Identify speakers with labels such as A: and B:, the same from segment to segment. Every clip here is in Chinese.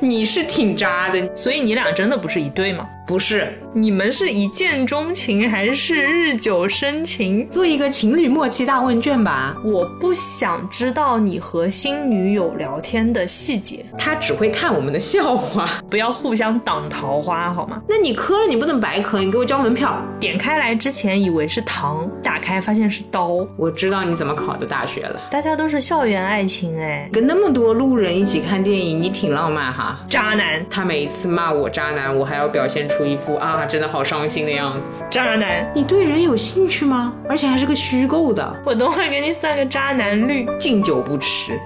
A: 你是挺渣的，
B: 所以你俩真的不是一对吗？
A: 不是？
B: 你们是一见钟情还是日久生情？
C: 做一个情侣默契大问卷吧。
B: 我不想知道你和新女友聊天的细节，
C: 他只会看我们的笑话。
B: 不要互相挡桃花好吗？
C: 那你磕了，你不能白磕，你给我交门票。
B: 点开来之前以为是糖，打开发现是刀。
C: 我知道你怎么考的大学了，
B: 大家都是校园爱情哎，
C: 跟那么多路人一起看电影，你挺浪漫哈。
B: 渣男，
C: 他每一次骂我渣男，我还要表现出一副啊真的好伤心的样子。
B: 渣男，
C: 你对人有兴趣吗？而且还是个虚构的。
B: 我等会儿给你算个渣男率。
C: 敬酒不吃。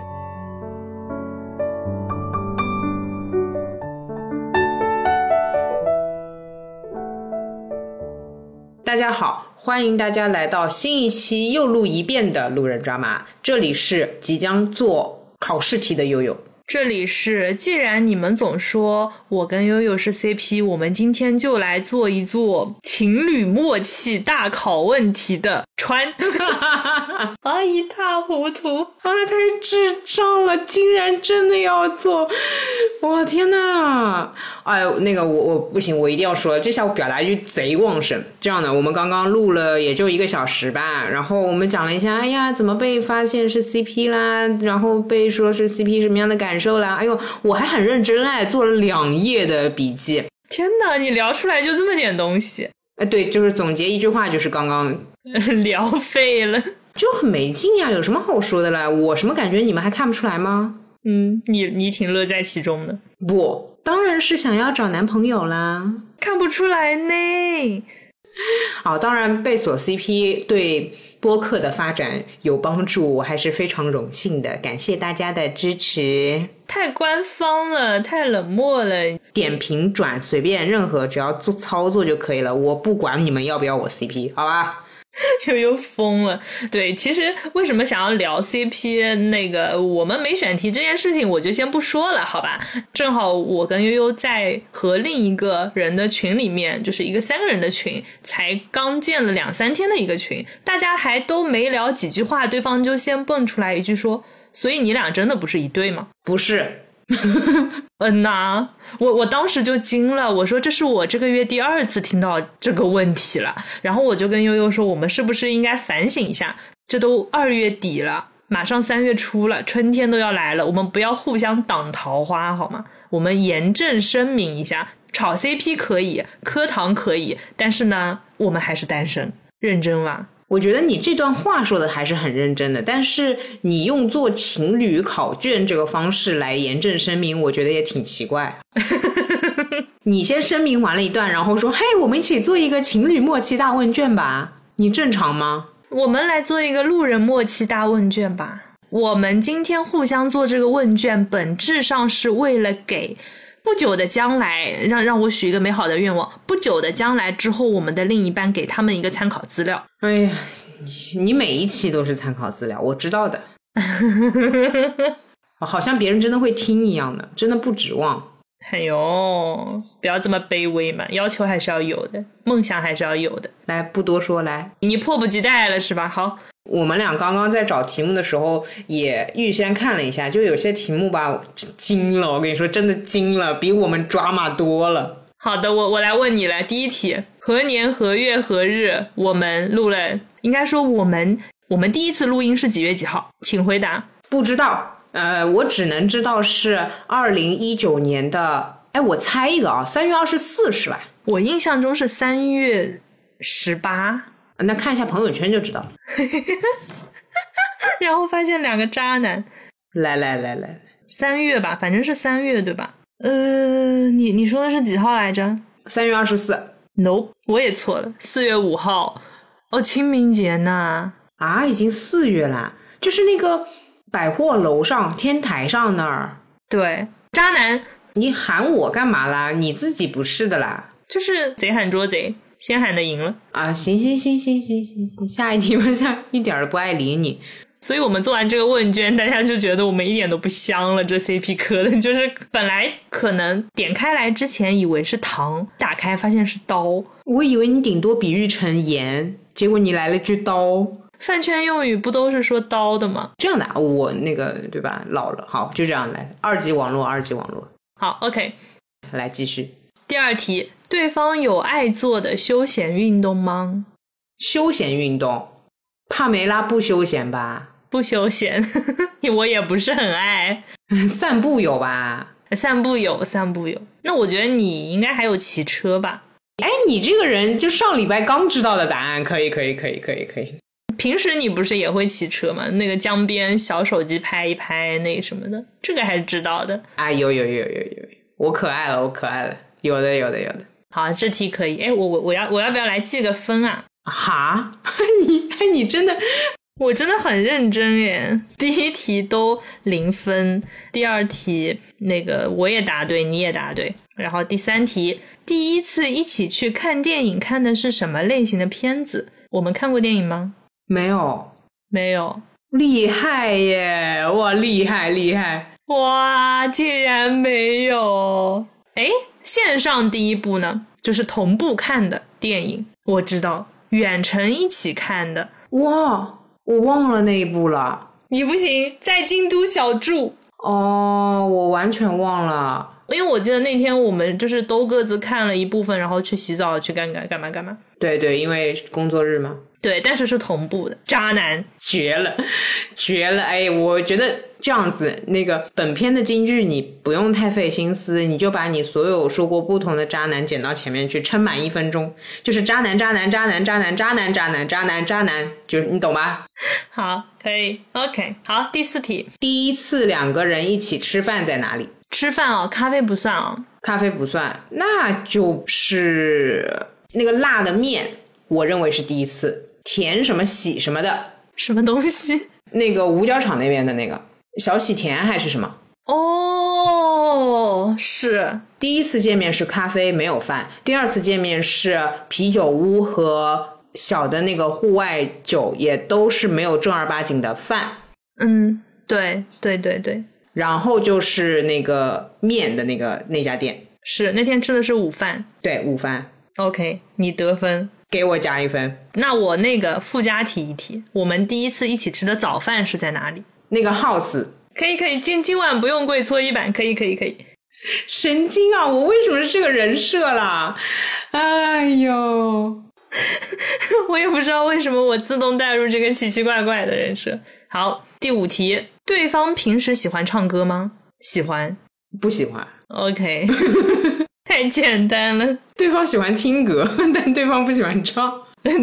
C: 大家好，欢迎大家来到新一期又录一遍的路人抓马，这里是即将做考试题的悠悠。
B: 这里是，既然你们总说我跟悠悠是 CP，我们今天就来做一做情侣默契大考问题的 穿。啊，一塌糊涂！
C: 啊，太智障了，竟然真的要做！我天呐！哎，那个我我不行，我一定要说，这下我表达欲贼旺盛。这样的，我们刚刚录了也就一个小时吧，然后我们讲了一下，哎呀，怎么被发现是 CP 啦，然后被说是 CP 什么样的感受啦？哎呦，我还很认真哎，做了两页的笔记。
B: 天哪，你聊出来就这么点东西，
C: 哎，对，就是总结一句话，就是刚刚
B: 聊废了。
C: 就很没劲呀，有什么好说的啦？我什么感觉你们还看不出来吗？
B: 嗯，你你挺乐在其中的，
C: 不，当然是想要找男朋友啦。
B: 看不出来呢。
C: 哦，当然贝索 CP 对播客的发展有帮助，我还是非常荣幸的，感谢大家的支持。
B: 太官方了，太冷漠了。
C: 点评转随便任何，只要做操作就可以了，我不管你们要不要我 CP，好吧？
B: 悠悠疯了，对，其实为什么想要聊 CP 那个我们没选题这件事情，我就先不说了，好吧？正好我跟悠悠在和另一个人的群里面，就是一个三个人的群，才刚建了两三天的一个群，大家还都没聊几句话，对方就先蹦出来一句说：“所以你俩真的不是一对吗
C: 不是，？”
B: 嗯呐、我我当时就惊了，我说这是我这个月第二次听到这个问题了。然后我就跟悠悠说，我们是不是应该反省一下？这都二月底了，马上三月初了，春天都要来了，我们不要互相挡桃花好吗？我们严正声明一下，炒 CP 可以，磕糖可以，但是呢，我们还是单身，认真吧。
C: 我觉得你这段话说的还是很认真的，但是你用做情侣考卷这个方式来严正声明，我觉得也挺奇怪。 你先声明完了一段，然后说：“嘿，我们一起做一个情侣默契大问卷吧。”你正常吗？
B: 我们来做一个路人默契大问卷吧。我们今天互相做这个问卷，本质上是为了给不久的将来，让让我许一个美好的愿望。不久的将来之后，我们的另一半给他们一个参考资料。
C: 哎呀，你你每一期都是参考资料，我知道的， 好像别人真的会听一样的，真的不指望。
B: 哎呦，不要这么卑微嘛，要求还是要有的，梦想还是要有的。
C: 来，不多说，来
B: 你迫不及待了是吧？好，
C: 我们俩刚刚在找题目的时候，也预先看了一下，就有些题目吧，我惊了，我跟你说，真的惊了，比我们抓马多了。
B: 好的，我我来问你了。第一题，何年何月何日我们录了？应该说我们我们第一次录音是几月几号？请回答。
C: 不知道，呃，我只能知道是二零一九年的，哎，我猜一个啊，三月二十四是吧？
B: 我印象中是三月十八，
C: 那看一下朋友圈就知道了。
B: 然后发现两个渣男。
C: 来来来来，
B: 三月吧，反正是三月对吧？呃，你你说的是几号来着
C: 三月二十四
B: ？No，我也错了，四月五号。哦，清明节呢？
C: 啊，已经四月啦，就是那个百货楼上天台上那儿，
B: 对，渣男
C: 你喊我干嘛啦？你自己不是的啦。
B: 就是贼喊捉贼，先喊的赢了。
C: 啊，行行行行行行行，下一题 吧，下一点儿都不爱理你。
B: 所以我们做完这个问卷，大家就觉得我们一点都不香了。这 CP 磕的， 就是本来可能点开来之前以为是糖，打开发现是刀。
C: 我以为你顶多比喻成盐，结果你来了句刀，
B: 饭圈用语不都是说刀的吗？
C: 这样的啊我那个对吧？老了，好，就这样来。二级网络，二级网络，
B: 好，OK，
C: 来继续。
B: 第二题，对方有爱做的休闲运动吗？
C: 休闲运动，帕梅拉不休闲吧？
B: 不休闲， 我也不是很爱。
C: 散步有吧？
B: 散步有，散步有。那我觉得你应该还有骑车吧？
C: 哎，你这个人就上礼拜刚知道的答案，可以，可以，可以，可以，可以。
B: 平时你不是也会骑车吗？那个江边小手机拍一拍那什么的，这个还是知道的。
C: 啊，有有有有有，我可爱了，我可爱了，有的有的有的。
B: 好，这题可以。哎，我我我要我要不要来记个分啊？
C: 哈， 你哎你真的
B: 我真的很认真耶。第一题都零分，第二题那个我也答对，你也答对，然后第三题，第一次一起去看电影看的是什么类型的片子？我们看过电影吗？
C: 没有
B: 没有。
C: 厉害耶！哇，厉害厉害！
B: 哇，竟然没有！哎，线上第一部呢，就是同步看的电影，我知道，远程一起看的。
C: 哇，我忘了那一部了。
B: 你不行，在京都小住。
C: 哦，我完全忘了。
B: 因为我记得那天我们就是都各自看了一部分，然后去洗澡，去干干干嘛干嘛。
C: 对对，因为工作日嘛，
B: 对，但是是同步的。渣男，
C: 绝了，绝了！哎，我觉得这样子，那个本片的金句你不用太费心思，你就把你所有说过不同的渣男剪到前面去，撑满一分钟，就是渣男，渣男，渣男，渣男，渣男，渣男，渣男，渣男，就是你懂吧？
B: 好，可以，OK，好，第四题，
C: 第一次两个人一起吃饭在哪里？
B: 吃饭哦，咖啡不算哦。
C: 咖啡不算，那就是那个辣的面，我认为是第一次。甜什么喜什么的，
B: 什么东西？
C: 那个五角场那边的那个小喜甜还是什么？
B: 哦，是
C: 第一次见面是咖啡没有饭，第二次见面是啤酒屋和小的那个户外酒，也都是没有正儿八经的饭。
B: 嗯，对对对对，
C: 然后就是那个面的那个那家店，
B: 是那天吃的是午饭。
C: 对，午饭
B: OK，你得分。
C: 给我加一分。
B: 那我那个附加题一题，我们第一次一起吃的早饭是在哪里？
C: 那个 house
B: 可以可以，今今晚不用跪搓衣板，可以可以可以。
C: 神经啊！我为什么是这个人设啦？哎呦，
B: 我也不知道为什么我自动带入这个奇奇怪怪的人设。好，第五题，对方平时喜欢唱歌吗？喜欢。
C: 不喜欢。
B: OK，太简单了。
C: 对方喜欢听歌， 但对方不喜欢唱。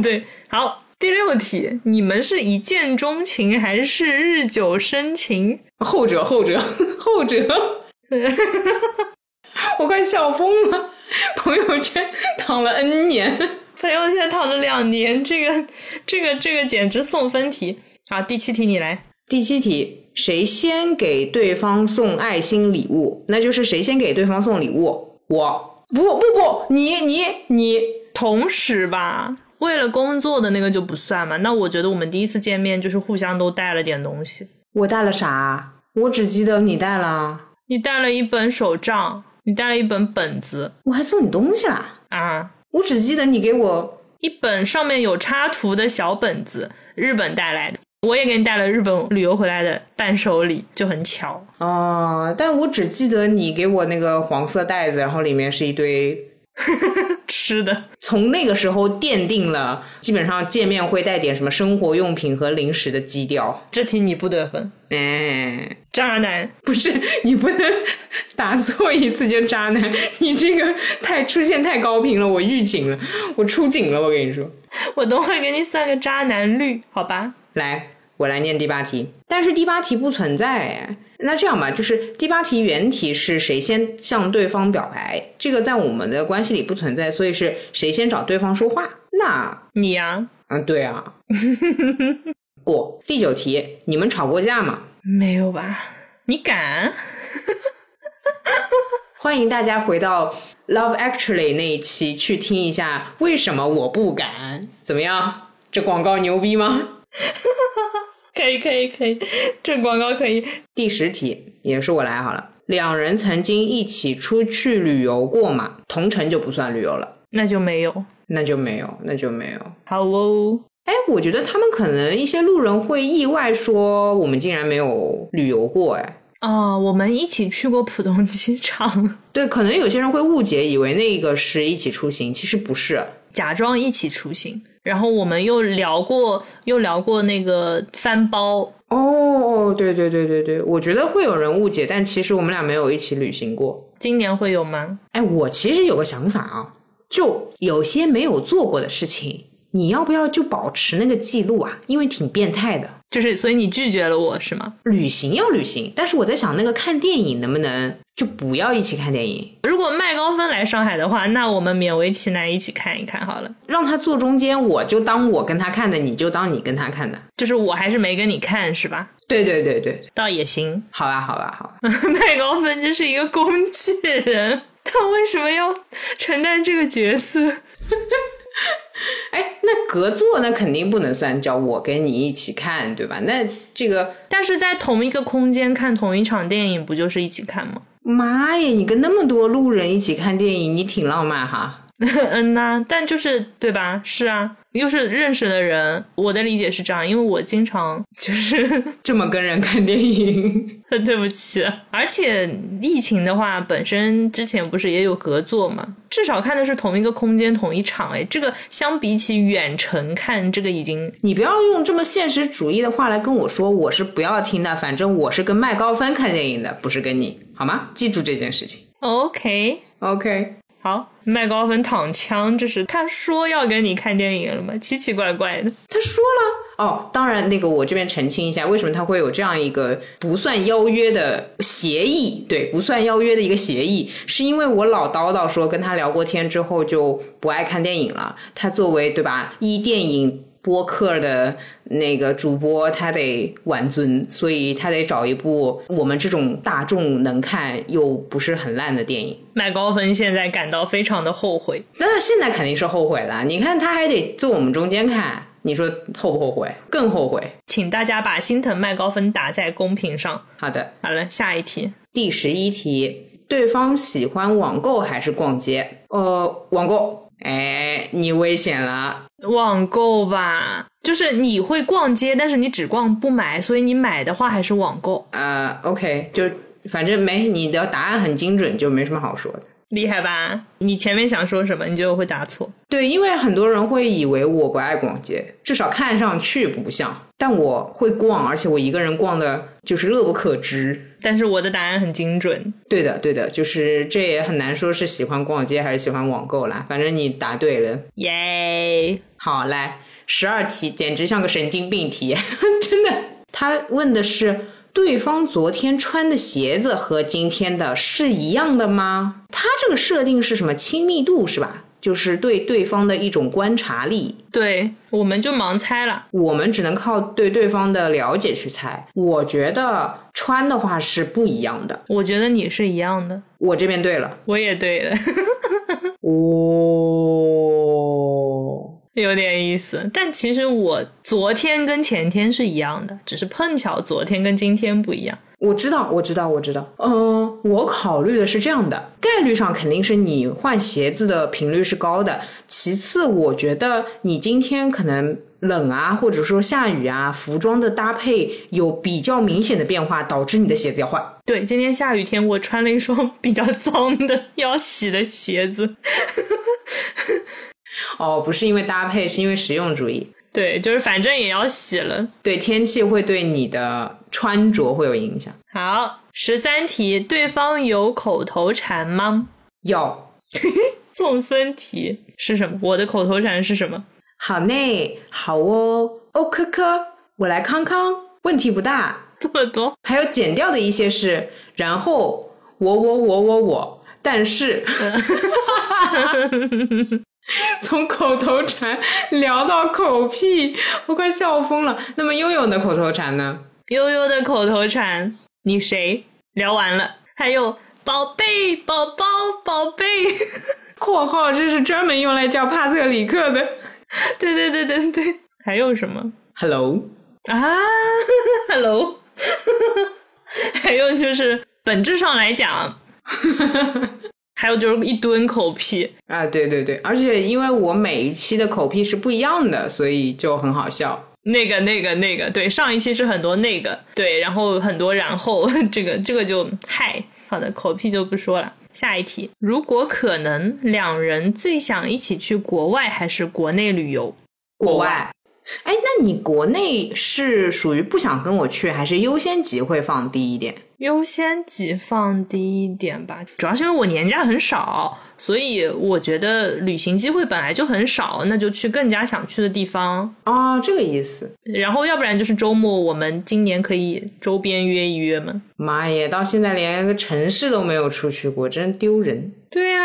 B: 对，好，第六题，你们是一见钟情还是日久生情？
C: 后者，后者， 后者， 我快笑疯了。朋友圈躺了 N 年，
B: 朋友圈躺了两年，这个这个这个简直送分题。好，第七题你来。
C: 第七题，谁先给对方送爱心礼物？那就是谁先给对方送礼物。我不不不，你你你，
B: 同时吧，为了工作的那个就不算嘛。那我觉得我们第一次见面就是互相都带了点东西。
C: 我带了啥？我只记得你带了，
B: 你带了一本手账，你带了一本本子
C: 我还送你东西啦。
B: 啊，
C: 我只记得你给我，
B: 一本上面有插图的小本子，日本带来的。我也给你带了日本旅游回来的伴手礼，就很巧。
C: 哦、但我只记得你给我那个黄色袋子，然后里面是一堆
B: 吃的，
C: 从那个时候奠定了基本上见面会带点什么生活用品和零食的基调。
B: 这题你不得分，
C: 哎，
B: 渣男。
C: 不是你不能打错一次就渣男，你这个太出现太高频了，我预警了，我出警了，我跟你说。
B: 我等会儿给你算个渣男率，好吧？
C: 来，我来念第八题，但是第八题不存在哎。那这样吧，就是第八题原题是谁先向对方表白，这个在我们的关系里不存在，所以是谁先找对方说话。那
B: 你呀、
C: 嗯，对啊。 过第九题，你们吵过架吗？
B: 没有吧？你敢？
C: 欢迎大家回到 Love Actually 那一期去听一下，为什么我不敢？怎么样？这广告牛逼吗？
B: 可以可以可以，这广告可以。
C: 第十题也是我来好了，两人曾经一起出去旅游过吗？同城就不算旅游了，
B: 那就没有。
C: 那就没有，那就没有。
B: 好哦，
C: 哎，我觉得他们可能一些路人会意外说我们竟然没有旅游过，哎，
B: 啊、我们一起去过浦东机场，
C: 对，可能有些人会误解，以为那个是一起出行，其实不是。
B: 假装一起出行，然后我们又聊过，又聊过那个翻包，
C: 哦，对对对对对，我觉得会有人误解，但其实我们俩没有一起旅行过。
B: 今年会有吗？
C: 哎，我其实有个想法啊，就有些没有做过的事情，你要不要就保持那个记录啊？因为挺变态的。
B: 就是，所以你拒绝了我是吗？
C: 旅行要旅行，但是我在想，那个看电影能不能就不要一起看电影，
B: 如果麦高芬来上海的话，那我们勉为其难一起看一看好了。
C: 让他坐中间，我就当我跟他看的，你就当你跟他看的。
B: 就是我还是没跟你看是吧？
C: 对对对对，
B: 倒也行。
C: 好吧好啊吧好吧，
B: 麦高芬就是一个工具人，他为什么要承担这个角色？
C: 哎，那隔座那肯定不能算叫我跟你一起看，对吧？那这个
B: 但是在同一个空间看同一场电影，不就是一起看吗？
C: 妈耶，你跟那么多路人一起看电影，你挺浪漫哈。
B: 嗯呐，但就是对吧？是啊，又是认识的人，我的理解是这样，因为我经常就是
C: 这么跟人看电影，
B: 对不起，而且疫情的话，本身之前不是也有隔座嘛，至少看的是同一个空间、同一场。哎，这个相比起远程看，这个已经
C: 你不要用这么现实主义的话来跟我说，我是不要听的。反正我是跟麦高芬看电影的，不是跟你，好吗？记住这件事情。
B: OK。
C: OK，
B: 好，麦高芬躺枪，这是他说要跟你看电影了吗？奇奇怪怪的。
C: 他说了哦，当然那个我这边澄清一下，为什么他会有这样一个不算邀约的协议？对，不算邀约的一个协议，是因为我老叨叨说跟他聊过天之后就不爱看电影了。他作为对吧，一电影播客的那个主播，他得挽尊，所以他得找一部我们这种大众能看又不是很烂的电影。
B: 麦高芬现在感到非常的后悔。
C: 那现在肯定是后悔了。你看他还得坐我们中间看，你说后不后悔？更后悔。
B: 请大家把心疼麦高芬打在公屏上。
C: 好的，
B: 好了，下一题。
C: 第十一题，对方喜欢网购还是逛街？呃，网购。哎，你危险了。
B: 网购吧，就是你会逛街，但是你只逛不买，所以你买的话还是网购，
C: 呃，OK，就反正没你的答案很精准，就没什么好说的。
B: 厉害吧？你前面想说什么，你就会答错。
C: 对，因为很多人会以为我不爱逛街，至少看上去不像，但我会逛，而且我一个人逛的就是乐不可支。
B: 但是我的答案很精准，
C: 对的，对的，就是这也很难说是喜欢逛街还是喜欢网购啦。反正你答对了。
B: 耶！
C: 好，来十二题，简直像个神经病题， 真的。他问的是对方昨天穿的鞋子和今天的是一样的吗？他这个设定是什么亲密度是吧？就是对对方的一种观察力，
B: 对，我们就盲猜了。
C: 我们只能靠对对方的了解去猜。我觉得穿的话是不一样的，
B: 我觉得你是一样的，
C: 我这边对了。
B: 我也对了，
C: 哦，
B: 有点意思。但其实我昨天跟前天是一样的，只是碰巧昨天跟今天不一样。
C: 我知道，我知道，我知道。嗯，我考虑的是这样的，概率上肯定是你换鞋子的频率是高的。其次，我觉得你今天可能冷啊，或者说下雨啊，服装的搭配有比较明显的变化，导致你的鞋子要换。
B: 对，今天下雨天，我穿了一双 比较脏的要洗的鞋子。
C: 哦，不是因为搭配，是因为实用主义。
B: 对，就是反正也要洗了。
C: 对，天气会对你的穿着会有影响。
B: 好，十三题，对方有口头禅吗？
C: 有，
B: 送分题是什么？我的口头禅是什么？
C: 好嘞，好哦，哦科科，我来康康，问题不大。
B: 这么多，
C: 还有剪掉的一些是，然后我我我我我，但是， 从口头禅聊到口癖，我快笑疯了。那么悠悠的口头禅呢？
B: 悠悠的口头禅，你谁？聊完了，还有宝贝、宝宝、宝贝，
C: 括号这是专门用来叫帕特里克的。
B: 对对对对对，还有什么
C: Hello，
B: 啊？Hello，还有就是本质上来讲，还有就是一蹲口癖，
C: 啊，对对对，而且因为我每一期的口癖是不一样的，所以就很好笑。
B: 那个、那个、那个，对，上一期是很多那个，对，然后很多然后，这个、这个就嗨，好的，口癖就不说了。下一题，如果可能，两人最想一起去国外还是国内旅游？
C: 国外。哎，那你国内是属于不想跟我去，还是优先级会放低一点？
B: 优先级放低一点吧，主要是因为我年假很少，所以我觉得旅行机会本来就很少，那就去更加想去的地方。
C: 哦，这个意思。
B: 然后要不然就是周末，我们今年可以周边约一约嘛。
C: 妈耶，到现在连个城市都没有出去过，真丢人。
B: 对啊，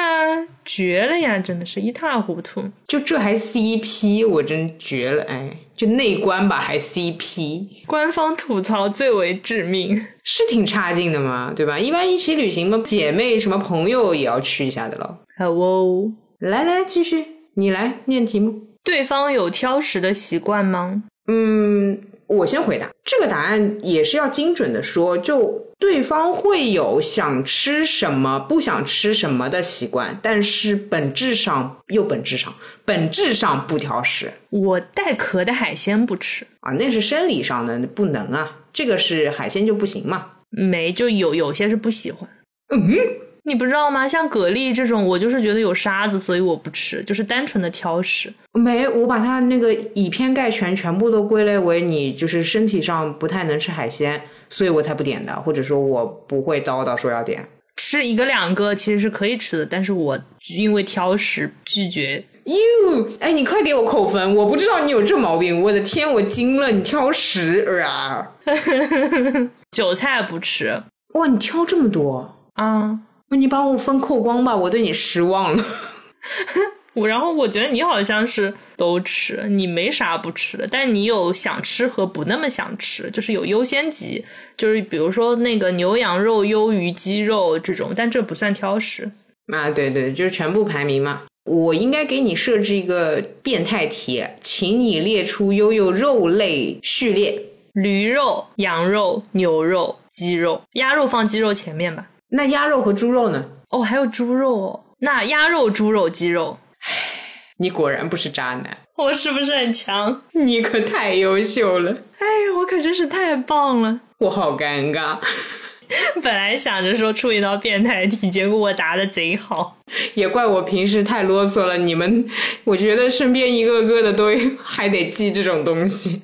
B: 绝了呀，真的是一塌糊涂。
C: 就这还 CP，我真绝了，哎，就内观吧，还 CP，
B: 官方吐槽最为致命，
C: 是挺差劲的嘛，对吧？一般一起旅行嘛，姐妹什么朋友也要去一下的喽。
B: 好哦，
C: 来来，继续，你来念题目。
B: 对方有挑食的习惯吗？
C: 嗯，我先回答这个答案也是要精准的说，就对方会有想吃什么、不想吃什么的习惯，但是本质上又本质上本质上不挑食
B: 我带壳的海鲜不吃，
C: 啊，那是生理上的不能啊，这个是海鲜就不行嘛。
B: 没就有有些是不喜欢。
C: 嗯，
B: 你不知道吗？像蛤蜊这种，我就是觉得有沙子，所以我不吃，就是单纯的挑食。
C: 没，我把它那个以偏概全，全部都归类为你就是身体上不太能吃海鲜，所以我才不点的，或者说我不会叨叨说要点。
B: 吃一个两个其实是可以吃的，但是我因为挑食拒绝。
C: 哟，哎，你快给我扣分！我不知道你有这毛病，我的天，我惊了，你挑食啊！
B: 韭菜不吃
C: 哇，你挑这么多，
B: 啊，
C: 你把我分扣光吧，我对你失望了。
B: 我然后我觉得你好像是都吃，你没啥不吃的，但你有想吃和不那么想吃，就是有优先级，就是比如说那个牛羊肉优于鸡肉这种，但这不算挑食。
C: 啊，对对，就是全部排名嘛。我应该给你设置一个变态题，请你列出悠悠肉类序列。
B: 驴肉、羊肉、牛肉、鸡肉，鸭肉放鸡肉前面吧。
C: 那鸭肉和猪肉呢？
B: 哦，还有猪肉哦，那鸭肉、猪肉、鸡肉，
C: 你果然不是渣男，
B: 我是不是很强？
C: 你可太优秀了，
B: 哎，我可真是太棒了！
C: 我好尴尬，
B: 本来想着说出一道变态题，结果我答的贼好。
C: 也怪我平时太啰嗦了。你们，我觉得身边一个个的都还得记这种东西。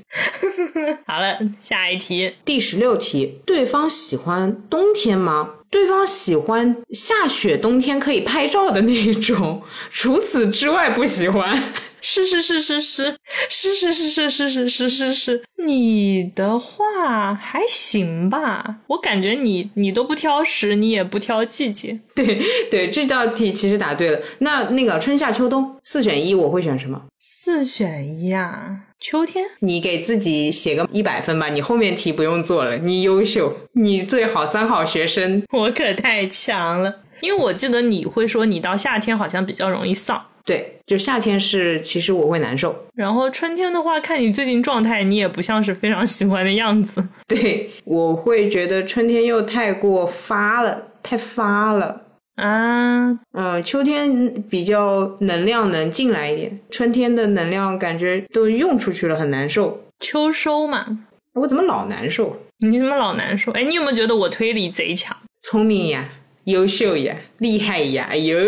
B: 好了，下一题，
C: 第十六题，对方喜欢冬天吗？对方喜欢下雪冬天可以拍照的那一种，除此之外不喜欢。
B: 是是是是是是是是是是是是是，你的话还行吧？我感觉你你都不挑食，你也不挑季节，
C: 对对，这道题其实答对了。那那个春夏秋冬四选一，我会选什么？
B: 四选一啊，秋天。
C: 你给自己写个一百分吧，你后面题不用做了，你优秀，你最好三好学生。
B: 我可太强了，因为我记得你会说你到夏天好像比较容易丧，
C: 对，就夏天是，其实我会难受。
B: 然后春天的话，看你最近状态，你也不像是非常喜欢的样子。
C: 对，我会觉得春天又太过发了，太发了。
B: 啊，
C: 嗯，秋天比较能量能进来一点，春天的能量感觉都用出去了，很难受。
B: 秋收嘛，
C: 我怎么老难受？
B: 你怎么老难受？哎，你有没有觉得我推理贼强？
C: 聪明呀，优秀呀，厉害呀！哎呦，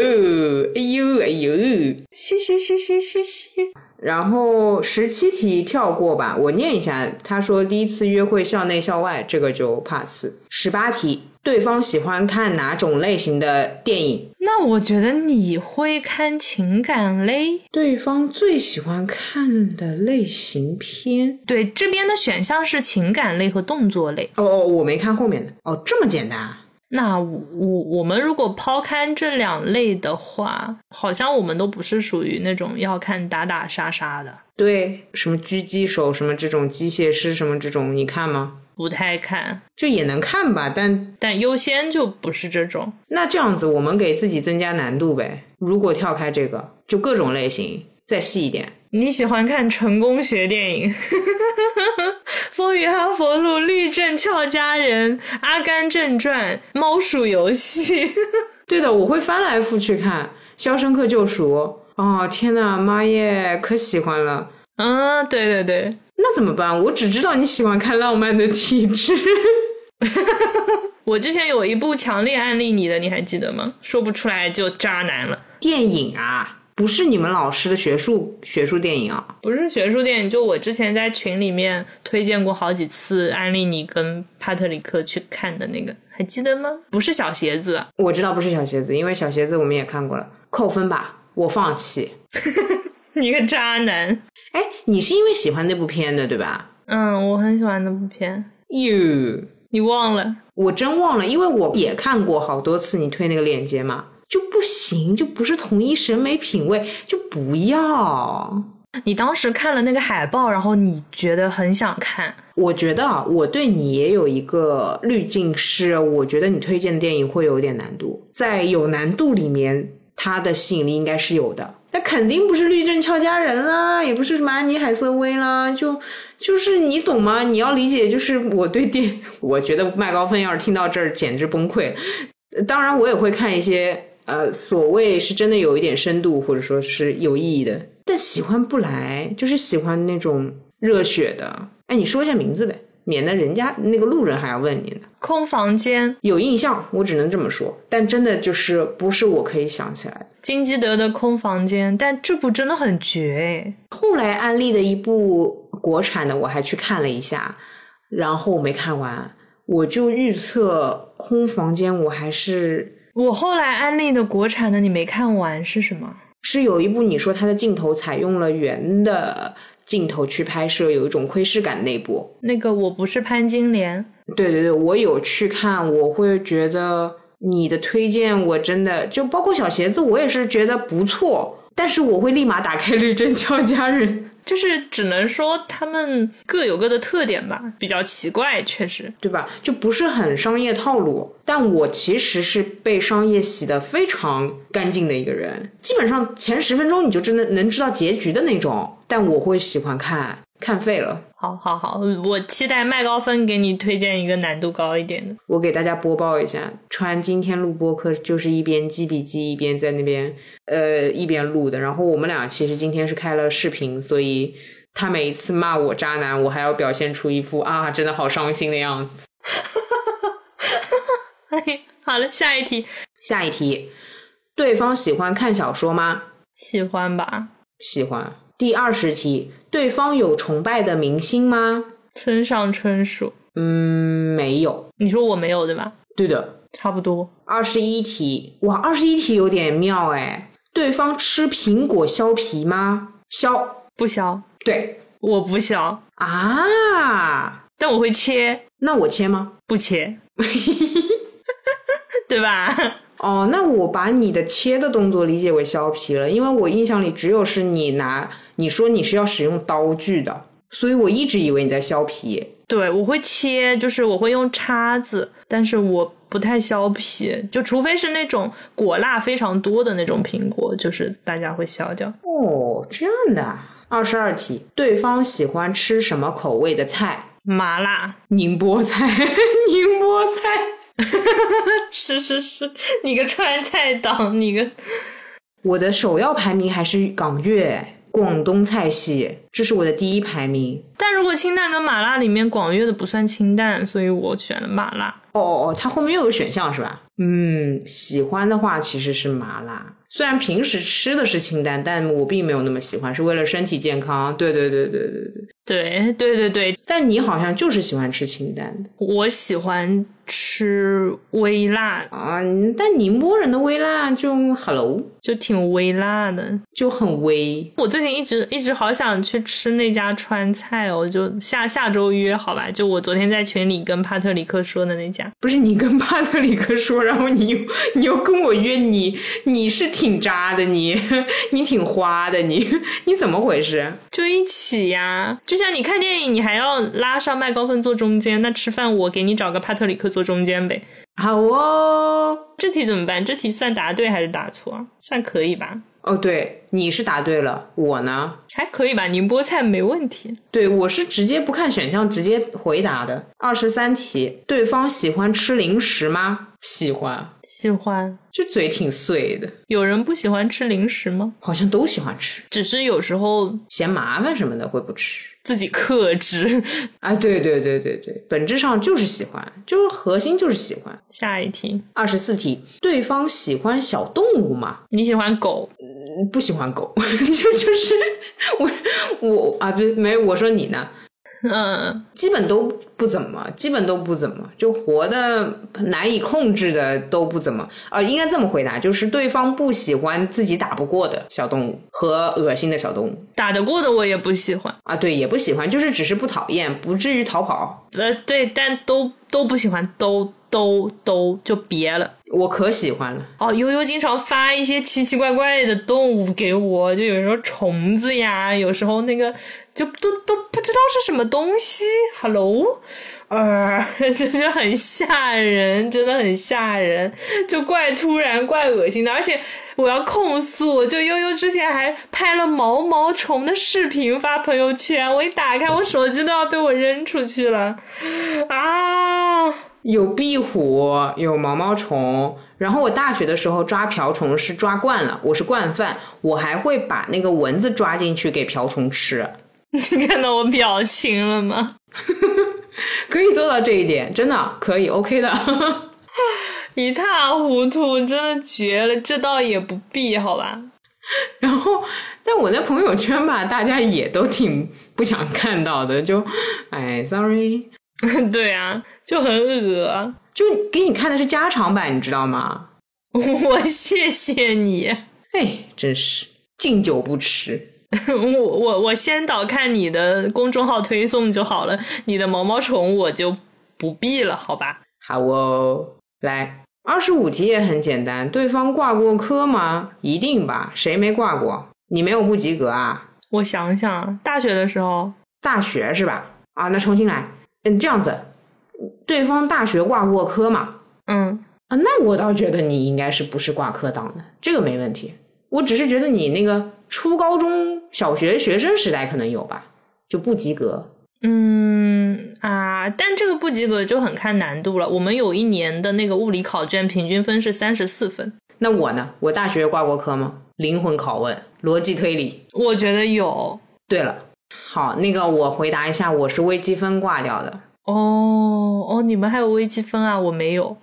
C: 哎呦，哎呦！
B: 嘻嘻嘻嘻嘻嘻。
C: 然后十七题跳过吧，我念一下。他说第一次约会校内校外，这个就 pass。十八题，对方喜欢看哪种类型的电影？
B: 那我觉得你会看情感类。
C: 对方最喜欢看的类型片？
B: 对，这边的选项是情感类和动作类。
C: 哦哦，我没看后面的。哦，这么简单啊？
B: 那我我我们如果抛开这两类的话，好像我们都不是属于那种要看打打杀杀的，
C: 对，什么狙击手，什么这种机械师，什么这种，你看吗？
B: 不太看。
C: 就也能看吧，但
B: 但优先就不是这种。
C: 那这样子，我们给自己增加难度呗。如果跳开这个，就各种类型，再细一点。
B: 你喜欢看成功学电影，《 风雨哈佛路》《律政俏佳人》《阿甘正传》《猫鼠游戏》
C: 对的，我会翻来覆去看《肖申克救赎》。哦，天呐，妈耶，可喜欢了！
B: 嗯，对对对，
C: 那怎么办？我只知道你喜欢看浪漫的体质。
B: 我之前有一部强烈安利你的，你还记得吗？说不出来就渣男了，
C: 电影啊，不是你们老师的学术学术电影啊。
B: 不是学术电影，就我之前在群里面推荐过好几次安利你跟帕特里克去看的那个，还记得吗？不是小鞋子，啊
C: 我知道不是小鞋子，因为小鞋子我们也看过了，扣分吧，我放弃。
B: 你个渣男。
C: 哎，你是因为喜欢那部片的对吧？
B: 嗯，我很喜欢那部片，
C: 哟，
B: 你忘了？
C: 我真忘了，因为我也看过好多次你推那个链接嘛，就不行，就不是同一审美品味，就不要。
B: 你当时看了那个海报，然后你觉得很想看，
C: 我觉得啊我对你也有一个滤镜是，我觉得你推荐的电影会有点难度，在有难度里面，它的吸引力应该是有的。那肯定不是律政俏佳人啦，也不是什么安妮海瑟薇啦，就就是你懂吗？你要理解，就是我对电， 我觉得麦高芬要是听到这儿，简直崩溃。当然，我也会看一些呃，所谓是真的有一点深度，或者说是有意义的，但喜欢不来，就是喜欢那种热血的。哎，你说一下名字呗，免得人家那个路人还要问你呢。
B: 空房间，
C: 有印象，我只能这么说，但真的就是不是我可以想起来的。
B: 金基德的空房间，但这部真的很绝欸
C: 后来安利的一部国产的，我还去看了一下，然后没看完，我就预测《空房间》，我还是
B: 哎！我后来安利的国产的你没看完是什么？
C: 是有一部你说它的镜头采用了圆的镜头去拍摄，有一种窥视感那部，
B: 那个我不是潘金莲，
C: 对对对，我有去看，我会觉得你的推荐我真的就包括小鞋子，我也是觉得不错，但是我会立马打开 绿灯叫家人，
B: 就是只能说他们各有各的特点吧，比较奇怪，确实。
C: 对吧？就不是很商业套路，但我其实是被商业洗得非常干净的一个人，基本上前十分钟你就真的能知道结局的那种，但我会喜欢看，看废了。
B: 好好好，我期待麦高芬给你推荐一个难度高一点的。
C: 我给大家播报一下，川今天录播课就是一边记笔记一边在那边呃一边录的。然后我们俩其实今天是开了视频，所以他每一次骂我渣男，我还要表现出一副啊真的好伤心的样子。
B: 哎，好了，下一题，
C: 下一题，对方喜欢看小说吗？
B: 喜欢吧？
C: 喜欢。第二十题，对方有崇拜的明星吗？
B: 村上春树，
C: 嗯，没有。
B: 你说我没有对吧？
C: 对的，
B: 差不多。
C: 二十一题，哇，二十一题有点妙哎。对方吃苹果削皮吗？削，
B: 不削，
C: 对
B: 我不削，
C: 啊。
B: 但我会切，
C: 那我切吗？
B: 不切，对吧？
C: 哦，那我把你的切的动作理解为削皮了，因为我印象里只有是你拿，你说你是要使用刀具的，所以我一直以为你在削皮。
B: 对，我会切，就是我会用叉子，但是我不太削皮，就除非是那种果蜡非常多的那种苹果，就是大家会削掉。
C: 哦，这样的啊。二十二题，对方喜欢吃什么口味的菜？
B: 麻辣，
C: 宁波菜， 宁波菜。
B: 是是是，你个川菜党，你个
C: 我的首要排名还是港粤广东菜系，这是我的第一排名。
B: 但如果清淡跟麻辣里面广粤的不算清淡，所以我选了麻辣。
C: 哦哦哦，它后面又有选项是吧？嗯，喜欢的话其实是麻辣，虽然平时吃的是清淡，但我并没有那么喜欢，是为了身体健康。对对对对对对。
B: 对对对对，
C: 但你好像就是喜欢吃清淡的
B: 我喜欢吃微辣，
C: 啊，你但宁波人的微辣就 hello
B: 就挺微辣的。
C: 就很微。
B: 我最近一直一直好想去吃那家川菜哦，就下下周约好吧。就我昨天在群里跟帕特里克说的那家，
C: 不是你跟巴特里克说， 然后你又你又跟我约你，你是挺渣的你， 你挺花的你， 你怎么回事？
B: 就一起呀。就像你看电影，你还要拉上麦高芬坐中间，那吃饭我给你找个帕特里克坐中间呗。
C: 好哦，
B: 这题怎么办？这题算答对还是答错啊？算可以吧，
C: 哦对，你是答对了，我呢？
B: 还可以吧。宁波菜没问题。
C: 对，我是直接不看选项直接回答的。二十三题，对方喜欢吃零食吗？喜欢，
B: 喜欢。
C: 这嘴挺碎的，
B: 有人不喜欢吃零食吗？
C: 好像都喜欢吃，
B: 只是有时候
C: 嫌麻烦什么的会不吃。
B: 自己克制。
C: 哎，对对对对对，本质上就是喜欢，就是核心就是喜欢。
B: 下一题，
C: 二十四题，对方喜欢小动物吗？
B: 你喜欢狗？
C: 嗯不喜欢狗， 就就是我我啊，对，没我说你呢，
B: 嗯，
C: 基本都不怎么，基本都不怎么，就活的难以控制的都不怎么。呃，应该这么回答，就是对方不喜欢自己打不过的小动物和恶心的小动物
B: 打得过的我也不喜欢。
C: 啊，对，也不喜欢，就是只是不讨厌，不至于逃跑。
B: 呃，对，但都都不喜欢，都都都就别了。
C: 我可喜欢了，
B: 哦，悠悠经常发一些奇奇怪怪的动物给我，就有时候虫子呀，有时候那个就都都不知道是什么东西。Hello，呃， 真的很吓人，真的很吓人，就怪突然、怪恶心的。而且我要控诉，就悠悠之前还拍了毛毛虫的视频发朋友圈，我一打开，我手机都要被我扔出去了啊！
C: 有壁虎，有毛毛虫。然后我大学的时候抓瓢虫是抓惯了，我是惯犯，我还会把那个蚊子抓进去给瓢虫吃。
B: 你看到我表情了吗？
C: 可以做到这一点，真的可以，OK 的。
B: 一塌糊涂，真的绝了！这倒也不必，好吧？
C: 然后，但我那朋友圈吧，大家也都挺不想看到的，就，哎，sorry，
B: 对啊，就很恶。
C: 就给你看的是加长版，你知道吗？
B: 我谢谢你，
C: 哎，真是敬酒不吃。
B: 我我我先导看你的公众号推送就好了，你的毛毛虫我就不必了，好吧？
C: 好哦，来，二十五题也很简单，对方挂过科吗？一定吧，谁没挂过？你没有不及格啊？
B: 我想想，大学的时候，
C: 大学是吧？啊，那重新来。嗯，这样子，对方大学挂过科吗？
B: 嗯，
C: 啊，那我倒觉得你应该是不是挂科党的，这个没问题。我只是觉得你那个初高中小学学生时代可能有吧，就不及格。
B: 嗯啊，但这个不及格就很看难度了。我们有一年的那个物理考卷平均分是三十四分，
C: 那我呢？我大学挂过科吗？灵魂拷问、逻辑推理。
B: 我觉得有
C: 对了，好，那个我回答一下，我是微积分挂掉的，
B: 哦哦，你们还有微积分啊？我没有。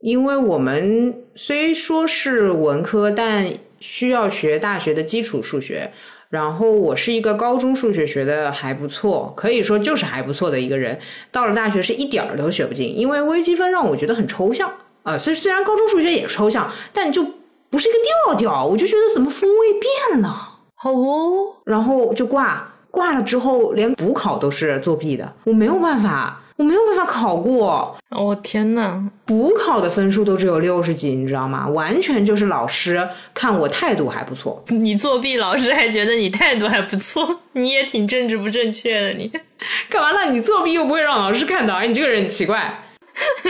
C: 因为我们虽说是文科，但需要学大学的基础数学。然后我是一个高中数学学的还不错，可以说就是还不错的一个人。到了大学是一点儿都学不进，因为微积分让我觉得很抽象啊、呃。虽虽然高中数学也抽象，但就不是一个调调，我就觉得怎么风味变了。
B: 好哦，
C: 然后就挂，挂了之后连补考都是作弊的，我没有办法，我没有办法考过。
B: 我、哦天呐，
C: 补考的分数都只有六十几，你知道吗？完全就是老师看我态度还不错，
B: 你作弊，老师还觉得你态度还不错，你也挺政治不正确的你。
C: 干嘛了？你作弊又不会让老师看到，哎，你这个人很奇怪。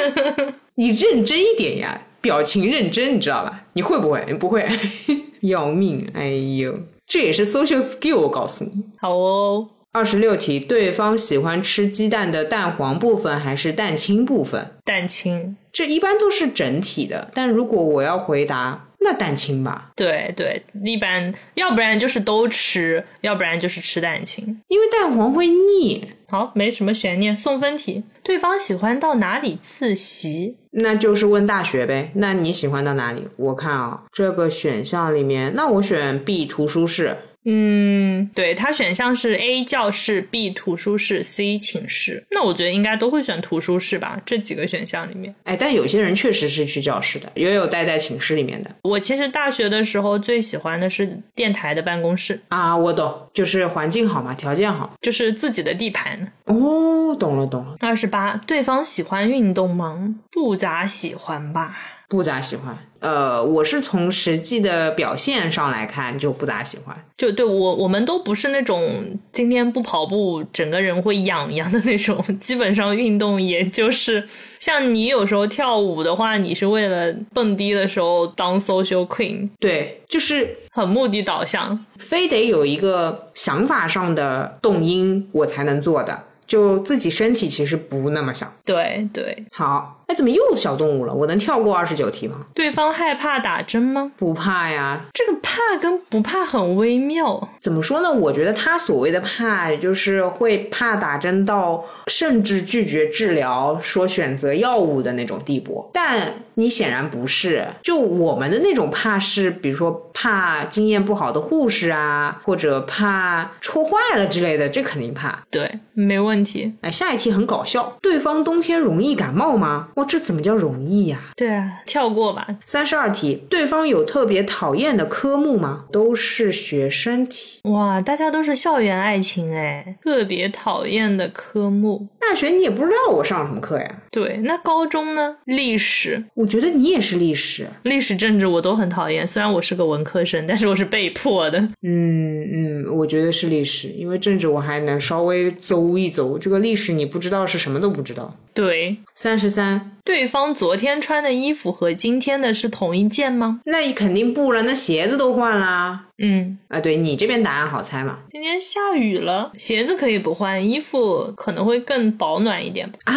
C: 你认真一点呀，表情认真，你知道吧？你会不会？你不会， 要命！哎呦，这也是 social skill，我告诉你。
B: 好哦，
C: 二十六题，对方喜欢吃鸡蛋的蛋黄部分还是蛋清部分？
B: 蛋清，
C: 这一般都是整体的，但如果我要回答，那蛋清吧，
B: 对对，一般要不然就是都吃，要不然就是吃蛋清。
C: 因为蛋黄会腻，
B: 好，没什么悬念。送分题，对方喜欢到哪里自习？
C: 那就是问大学呗。那你喜欢到哪里？我看啊、这个选项里面，那我选 B 图书室。
B: 嗯，对，它选项是 A 教室、B 图书室、C 寝室。那我觉得应该都会选图书室吧，这几个选项里面。
C: 哎，但有些人确实是去教室的，也有待在寝室里面的
B: 我其实大学的时候最喜欢的是电台的办公室，
C: 啊。我懂，就是环境好嘛，条件好。
B: 就是自己的地盘。
C: 哦，懂了懂了，
B: 二十八，对方喜欢运动吗？不咋喜欢吧。
C: 不咋喜欢。呃，我是从实际的表现上来看，就不咋喜欢。
B: 就对我，我们都不是那种今天不跑步整个人会痒痒的那种。基本上运动也就是像你有时候跳舞的话，你是为了蹦迪的时候当 social queen，
C: 对，就是
B: 很目的导向。
C: 非得有一个想法上的动因，我才能做的。就自己身体其实不那么想。
B: 对对，
C: 好，哎，怎么又小动物了？我能跳过二十九题吗？
B: 对方害怕打针吗？
C: 不怕呀。
B: 这个怕跟不怕很微妙。
C: 怎么说呢？我觉得他所谓的怕，就是会怕打针到甚至拒绝治疗，说选择药物的那种地步。但你显然不是。就我们的那种怕是，比如说怕经验不好的护士啊，或者怕戳坏了之类的，这肯定怕。
B: 对，没问题。
C: 哎，下一题很搞笑，对方冬天容易感冒吗？哇，这怎么叫容易呀、
B: 对啊，跳过吧。
C: 三十二题，对方有特别讨厌的科目吗？都是学生题。
B: 哇，大家都是校园爱情哎，特别讨厌的科目。
C: 大学你也不知道我上什么课呀？
B: 对，那高中呢？历史、
C: 我觉得你也是历史。
B: 历史、政治我都很讨厌。虽然我是个文科生，但是我是被迫的。
C: 嗯嗯，我觉得是历史，因为政治我还能稍微邹一邹，这个历史你不知道是什么都不知道。
B: 对，
C: 三十三，
B: 对方昨天穿的衣服和今天的是同一件吗？
C: 那你肯定不了，那鞋子都换啦。
B: 嗯，
C: 啊，对你这边答案好猜嘛？
B: 今天下雨了，鞋子可以不换，衣服可能会更保暖一点吧。
C: 啊，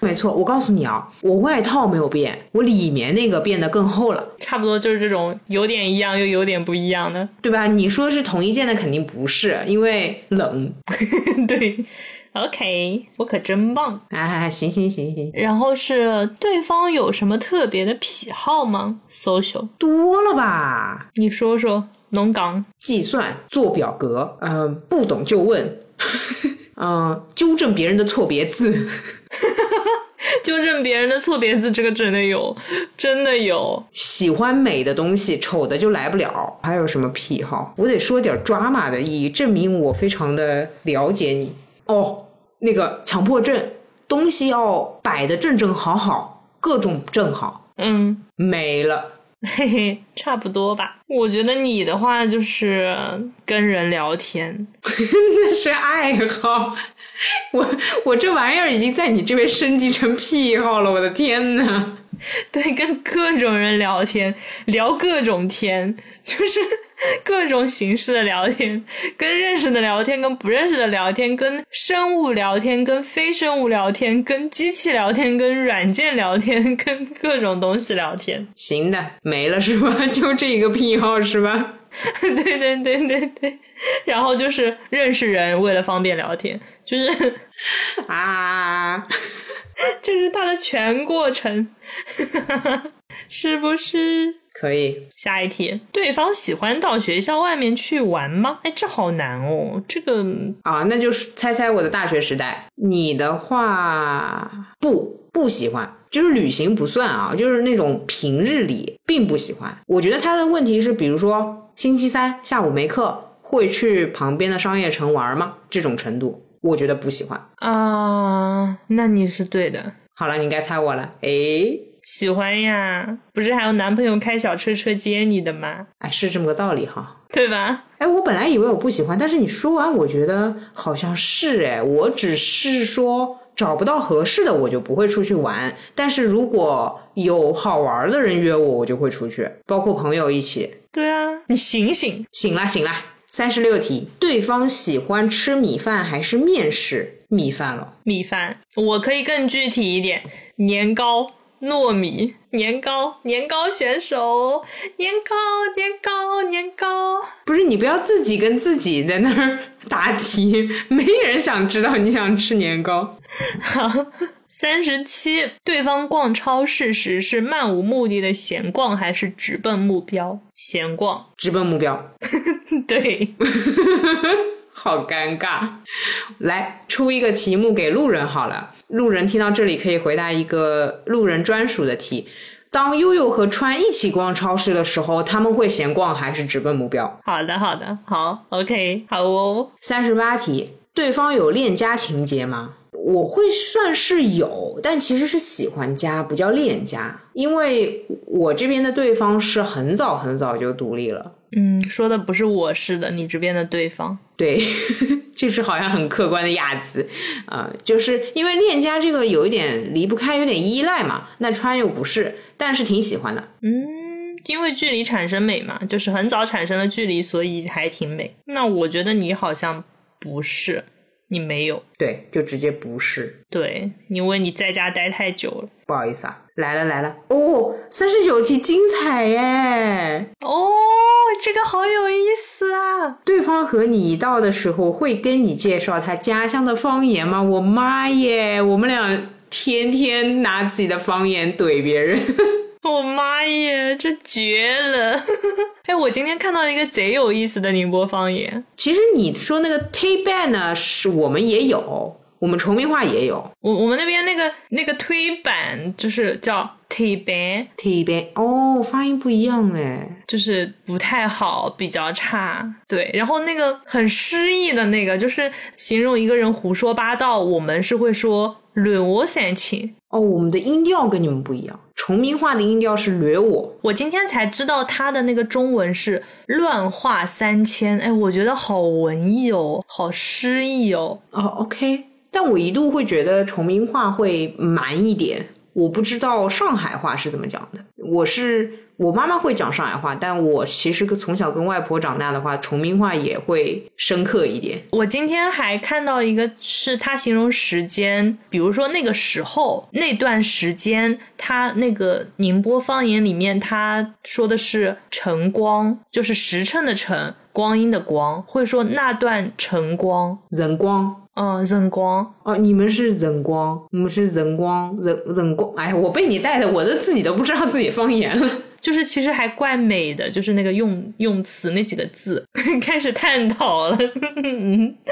C: 没错，我告诉你啊，我外套没有变，我里面那个变得更厚了。
B: 差不多就是这种有点一样又有点不一样的。
C: 对吧？你说是同一件的，肯定不是，因为冷。
B: 对，OK，我可真棒。
C: 哎，行行行行，
B: 然后是对方有什么特别的癖好吗？social，
C: 多了吧？
B: 你说说，农港
C: 计算、做表格，嗯、不懂就问， 嗯、纠正别人的错别字，
B: 纠正别人的错别字，这个真的有，真的有。
C: 喜欢美的东西，丑的就来不了。还有什么癖好？我得说点抓马的意义，证明我非常的了解你。哦，那个强迫症，东西要摆的正正好好，各种正好，
B: 嗯，
C: 没了。
B: 嘿嘿，差不多吧。我觉得你的话就是跟人聊天，
C: 那是爱好。 我我这玩意儿已经在你这边升级成癖好了，我的天呐！
B: 对，跟各种人聊天，聊各种天，就是 各种形式的聊天，跟认识的聊天，跟不认识的聊天，跟生物聊天，跟非生物聊天，跟机器聊天，跟软件聊天，跟各种东西聊天。
C: 行的，没了是吧？ 就这一个癖好是吧？
B: 对对对对对，然后就是认识人，为了方便聊天，就是
C: 啊，
B: 这是它的全过程， 是不是？
C: 可以，
B: 下一题，对方喜欢到学校外面去玩吗？哎，这好难哦，这个
C: 啊，那就是猜猜我的大学时代。你的话不不喜欢，就是旅行不算啊，就是那种平日里并不喜欢。我觉得他的问题是，比如说星期三下午没课，会去旁边的商业城玩吗？这种程度，我觉得不喜欢。
B: 啊，那你是对的，
C: 好了，你该猜我了。诶，
B: 喜欢呀，不是还有男朋友开小车车接你的吗？
C: 哎，是这么个道理哈。
B: 对吧？
C: 哎，我本来以为我不喜欢，但是你说完，我觉得好像是哎，我只是说找不到合适的，我就不会出去玩。但是如果有好玩的人约我，我就会出去，包括朋友一起。
B: 对啊，你醒醒，
C: 醒啦，醒啦！三十六题，对方喜欢吃米饭还是面食？米饭了，
B: 米饭，我可以更具体一点，年糕、糯米、年糕、年糕选手，年糕、年糕、年糕。
C: 不是你不要自己跟自己在那儿 答题，没人想知道你想吃年糕。
B: 好， 三十七，对方逛超市时是漫无目的的闲逛，还是直奔目标？闲逛，
C: 直奔目标，
B: 对，
C: 好尴尬。来出一个题目给路人好了，路人听到这里可以回答一个路人专属的题。当悠悠和川一起逛超市的时候，他们会闲逛还是直奔目标？
B: 好的，好的，好，OK，好哦，
C: 三十八题，对方有恋家情节吗？我会算是有，但其实是喜欢家，不叫恋家，因为我这边的对方是很早很早就独立了。
B: 嗯，说的不是我是的，你这边的对方，
C: 对， 这是好像很客观的亚子，呃，就是因为恋家这个有一点离不开，有点依赖嘛。那川又不是，但是挺喜欢的。
B: 嗯，因为距离产生美嘛，就是很早产生了距离，所以还挺美。那我觉得你好像不是，你没有，
C: 对，就直接不是。
B: 对，因为你在家待太久了。
C: 不好意思啊，来了来了，哦，三十九题精彩耶！
B: 哦，这个好有意思啊！
C: 对方和你一道的时候，会跟你介绍他家乡的方言吗？我妈耶，我们俩天天拿自己的方言怼别人。
B: 我妈耶，这绝了！ 哎，我今天看到一个贼有意思的宁波方言，
C: 其实你说那个 t ban 呢，是我们也有，我们崇明话也有
B: 我我们那边那个那个推板就是叫推板，
C: t ban，哦，发音不一样哎。
B: 就是不太好，比较差。对，然后那个很诗意的那个，就是形容一个人胡说八道，我们是会说“论我三情
C: 哦，我们的音调跟你们不一样，崇明话的音调是掠我”。，
B: 我今天才知道他的那个中文是“乱话三千”。哎，我觉得好文艺哦，好诗意哦。
C: 哦，OK，但我一度会觉得崇明话会蛮一点，我不知道上海话是怎么讲的。我是我妈妈会讲上海话，但我其实从小跟外婆长大的话，崇明话也会深刻一点。
B: 我今天还看到一个是他形容时间，比如说那个时候那段时间，他那个宁波方言里面他说的是晨光，就是时辰的辰，光阴的光，会说那段晨光，
C: 人光
B: 嗯，晨光，
C: 哦，你们是人光，我们是人光，人人光。哎，我被你带的，我都自己都不知道自己方言了。
B: 就是其实还怪美的，就是那个用用词那几个字 开始探讨了。 嗯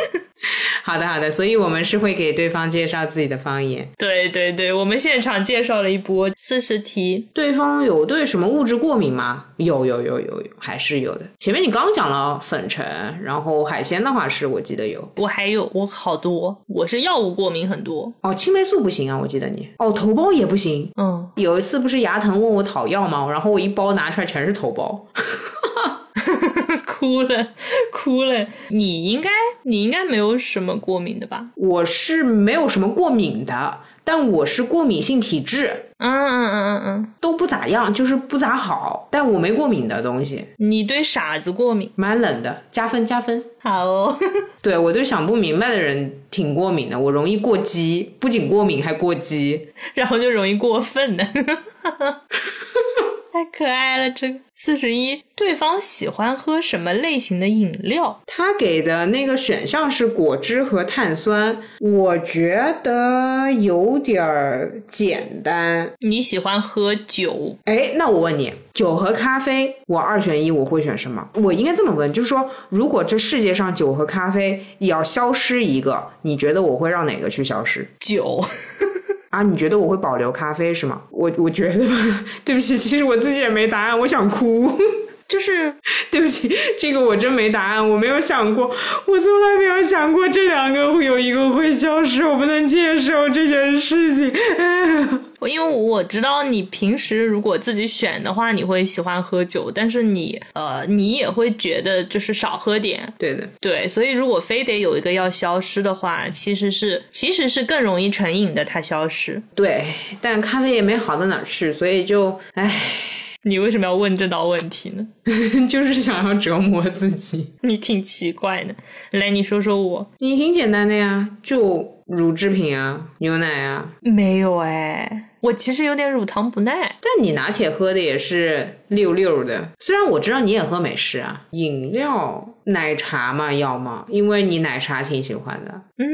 C: 好的，好的，所以我们是会给对方介绍自己的方言。
B: 对对对，我们现场介绍了一波四十题，
C: 对方有对什么物质过敏吗？有有有有有，还是有的。前面你刚讲了粉尘，然后海鲜的话是我记得有。
B: 我还有我好多，我是药物过敏很多。
C: 哦，青霉素不行啊，我记得你。哦，头孢也不行。
B: 嗯，
C: 有一次不是牙疼问我讨药吗？然后我一包拿出来全是头孢。
B: 哭了，哭了。你应该，你应该没有什么过敏的吧？
C: 我是没有什么过敏的，但我是过敏性体质，
B: 嗯嗯嗯嗯嗯。
C: 都不咋样，就是不咋好。但我没过敏的东西，
B: 你对傻子过敏？
C: 蛮冷的，加分加分。
B: 好哦，
C: 对我对想不明白的人挺过敏的，我容易过激，不仅过敏还过激。
B: 然后就容易过分呢。 太可爱了，这个四十一，对方喜欢喝什么类型的饮料？
C: 他给的那个选项是果汁和碳酸，我觉得有点儿简单。
B: 你喜欢喝酒？
C: 哎，那我问你，酒和咖啡，我二选一，我会选什么？我应该这么问，就是说，如果这世界上酒和咖啡也要消失一个，你觉得我会让哪个去消失？
B: 酒，
C: 啊，你觉得我会保留咖啡是吗？我我觉得吧，对不起，其实我自己也没答案，我想哭。
B: 就是
C: 对不起，这个我真没答案，我没有想过，我从来没有想过这两个会有一个会消失，我不能接受这件事情。
B: 因为我知道你平时如果自己选的话，你会喜欢喝酒，但是你呃，你也会觉得就是少喝点，
C: 对的，
B: 对，所以如果非得有一个要消失的话，其实是其实是更容易成瘾的，它消失。
C: 对，但咖啡也没好到哪儿去，所以就唉，
B: 你为什么要问这道问题呢？
C: 就是想要折磨自己。
B: 你挺奇怪的。来，你说说我。
C: 你挺简单的呀，就乳制品啊，牛奶啊，
B: 没有哎，我其实有点乳糖不耐。
C: 但你拿铁喝的也是溜溜的，虽然我知道你也喝美式啊，饮料、奶茶嘛，要么因为你奶茶挺喜欢的。
B: 嗯，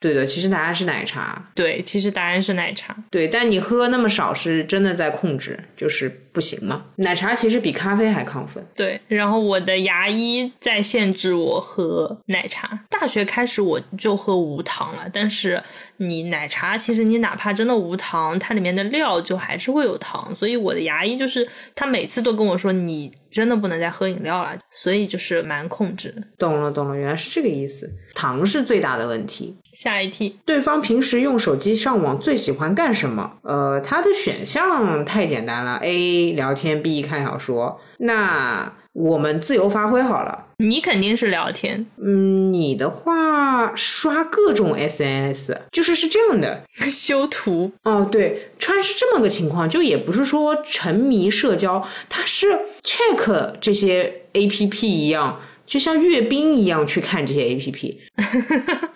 C: 对的，其实答案是奶茶。
B: 对，其实答案是奶茶。
C: 对，但你喝那么少是真的在控制，就是不行嘛。奶茶其实比咖啡还亢奋。
B: 对，然后我的牙医在限制我喝奶茶。大学开始我就喝无糖了，但是你奶茶其实你哪怕真的无糖，它里面的料就还是会有糖，所以我的牙医就是他每次都跟我说你真的不能再喝饮料了，所以就是蛮控制的。
C: 懂了，懂了，原来是这个意思。糖是最大的问题。
B: 下一题，
C: 对方平时用手机上网最喜欢干什么？呃，他的选项太简单了，A 聊天，B 看小说。那我们自由发挥好了。
B: 你肯定是聊天，
C: 嗯，你的话刷各种 SNS，就是是这样的，
B: 修图
C: 哦，对，川是这么个情况，就也不是说沉迷社交，他是 check 这些 A P P 一样，就像阅兵一样去看这些 A P P。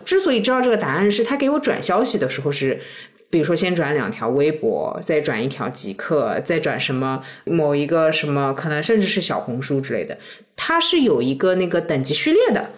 C: 之所以知道这个答案，是他给我转消息的时候是比如说先转两条微博，再转一条极客，再转什么某一个什么，可能甚至是小红书之类的，它是有一个那个等级序列的，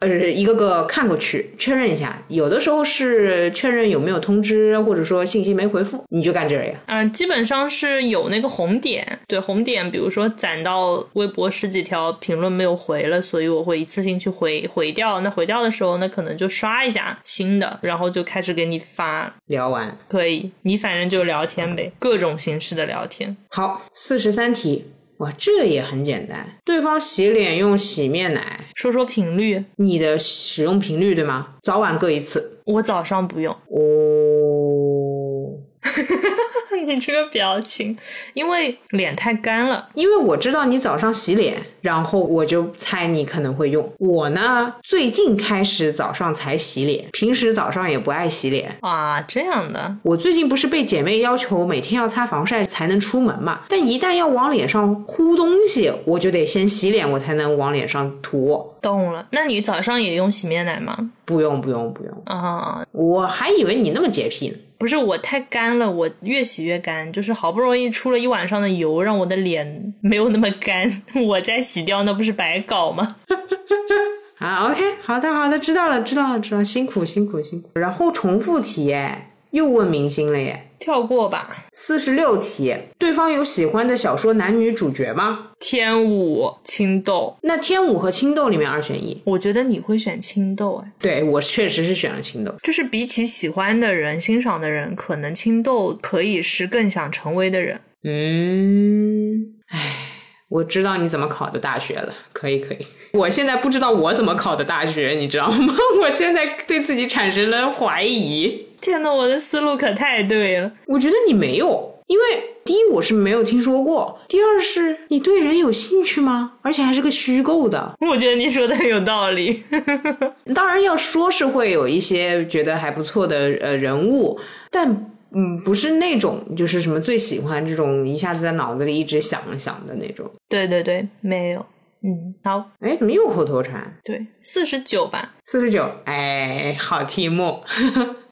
C: 呃，一个个看过去确认一下。有的时候是确认有没有通知，或者说信息没回复，你就干这个呀。
B: 嗯、基本上是有那个红点，对红点，比如说攒到微博十几条评论没有回了，所以我会一次性去回回掉。那回掉的时候呢，可能就刷一下新的，然后就开始给你发。
C: 聊完，
B: 可以，你反正就聊天呗，各种形式的聊天。
C: 好，四十三题，哇，这也很简单。对方洗脸用洗面奶，
B: 说说频率，
C: 你的使用频率对吗？早晚各一次。
B: 我早上不用。
C: 哦，
B: 你这个表情，因为脸太干了。
C: 因为我知道你早上洗脸，然后我就猜你可能会用。我呢，最近开始早上才洗脸，平时早上也不爱洗脸。
B: 啊，这样的，
C: 我最近不是被姐妹要求每天要擦防晒才能出门嘛？但一旦要往脸上呼东西，我就得先洗脸，我才能往脸上涂。
B: 懂了。那你早上也用洗面奶吗？
C: 不用不用不用，
B: 啊，
C: 我还以为你那么洁癖呢。
B: 不是，我太干了，我越洗越干，就是好不容易出了一晚上的油，让我的脸没有那么干，我再洗掉那不是白搞吗？
C: 啊，OK，好的好的，知道了知道了知道了，辛苦辛苦辛苦。然后重复题耶，又问明星了耶。
B: 跳过吧。
C: 四十六题，对方有喜欢的小说男女主角吗？
B: 天舞、青豆，
C: 那天舞和青豆里面二选一。
B: 我觉得你会选青豆，哎，
C: 对我确实是选了青豆。
B: 就是比起喜欢的人、欣赏的人，可能青豆可以是更想成为的人。
C: 嗯，唉，我知道你怎么考的大学了，可以可以。我现在不知道我怎么考的大学，你知道吗？ 我现在对自己产生了怀疑。
B: 天呐，我的思路可太对了。
C: 我觉得你没有，因为第一我是没有听说过，第二是你对人有兴趣吗？而且还是个虚构的。
B: 我觉得你说的很有道理。
C: 当然要说是会有一些觉得还不错的呃人物，但。嗯，不是那种，就是什么最喜欢这种一下子在脑子里一直想想的那种。
B: 对对对，没有。嗯，好，
C: 哎，怎么又口头禅？
B: 对，四十九吧。
C: 四十九，哎，好题目，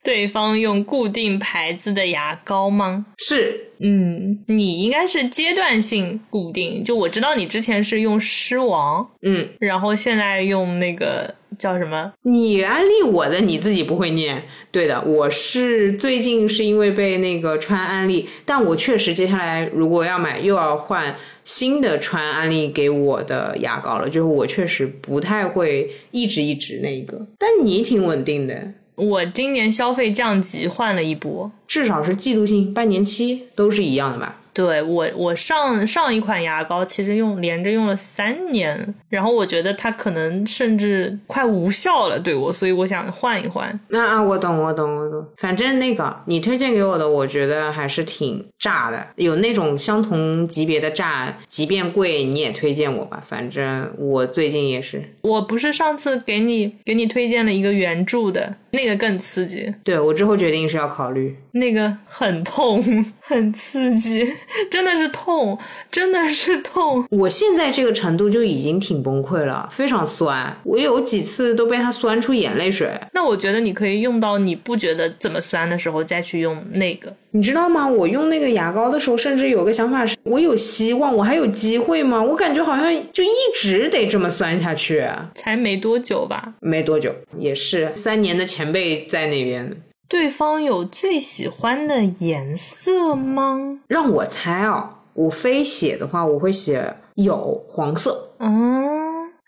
B: 对方用固定牌子的牙膏吗？
C: 是
B: 嗯，你应该是阶段性固定。就我知道你之前是用狮王，
C: 嗯，
B: 然后现在用那个叫什么？
C: 你安利我的，你自己不会念。对的，我是最近是因为被那个川安利，但我确实接下来如果要买，又要换新的川安利给我的牙膏了。就是我确实不太会一直一直那一个，但你挺稳定的，
B: 我今年消费降级换了一波。
C: 至少是季度性、半年期都是一样的吧？
B: 对我，我上上一款牙膏其实用连着用了三年，然后我觉得它可能甚至快无效了对我，所以我想换一换。
C: 那啊，我懂，我懂，我懂。反正那个你推荐给我的，我觉得还是挺炸的。有那种相同级别的炸，即便贵你也推荐我吧。反正我最近也是，
B: 我不是上次给你给你推荐了一个原著的那个更刺激，
C: 对我之后决定是要考虑。
B: 那个很痛，很刺激，真的是痛，真的是痛。
C: 我现在这个程度就已经挺崩溃了，非常酸，我有几次都被它酸出眼泪水。
B: 那我觉得你可以用到你不觉得怎么酸的时候再去用那个。
C: 你知道吗？我用那个牙膏的时候，甚至有个想法是，我有希望，我还有机会吗？我感觉好像就一直得这么酸下去。
B: 才没多久吧，
C: 没多久，也是三年的前辈在那边。
B: 对方有最喜欢的颜色吗？
C: 让我猜啊，我非写的话，我会写有黄色，
B: 嗯，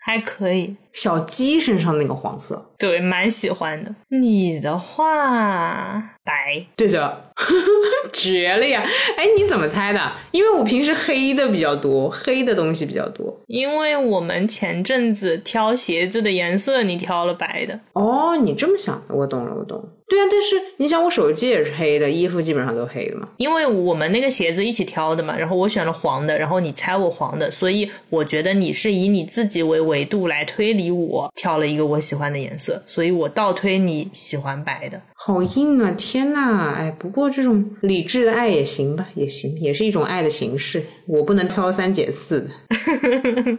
B: 还可以，
C: 小鸡身上那个黄色。
B: 对，蛮喜欢的。你的话，白，
C: 对的， 绝了呀！哎，你怎么猜的？因为我平时黑的比较多，黑的东西比较多。
B: 因为我们前阵子挑鞋子的颜色，你挑了白的。
C: 哦，你这么想的，我懂了，我懂了。对啊，但是你想，我手机也是黑的，衣服基本上都黑的嘛。
B: 因为我们那个鞋子一起挑的嘛，然后我选了黄的，然后你猜我黄的，所以我觉得你是以你自己为维度来推理我挑了一个我喜欢的颜色，所以我倒推你喜欢白的。
C: 好硬啊！天呐，哎，不过这种理智的爱也行吧，也行，也是一种爱的形式。我不能挑三拣四的。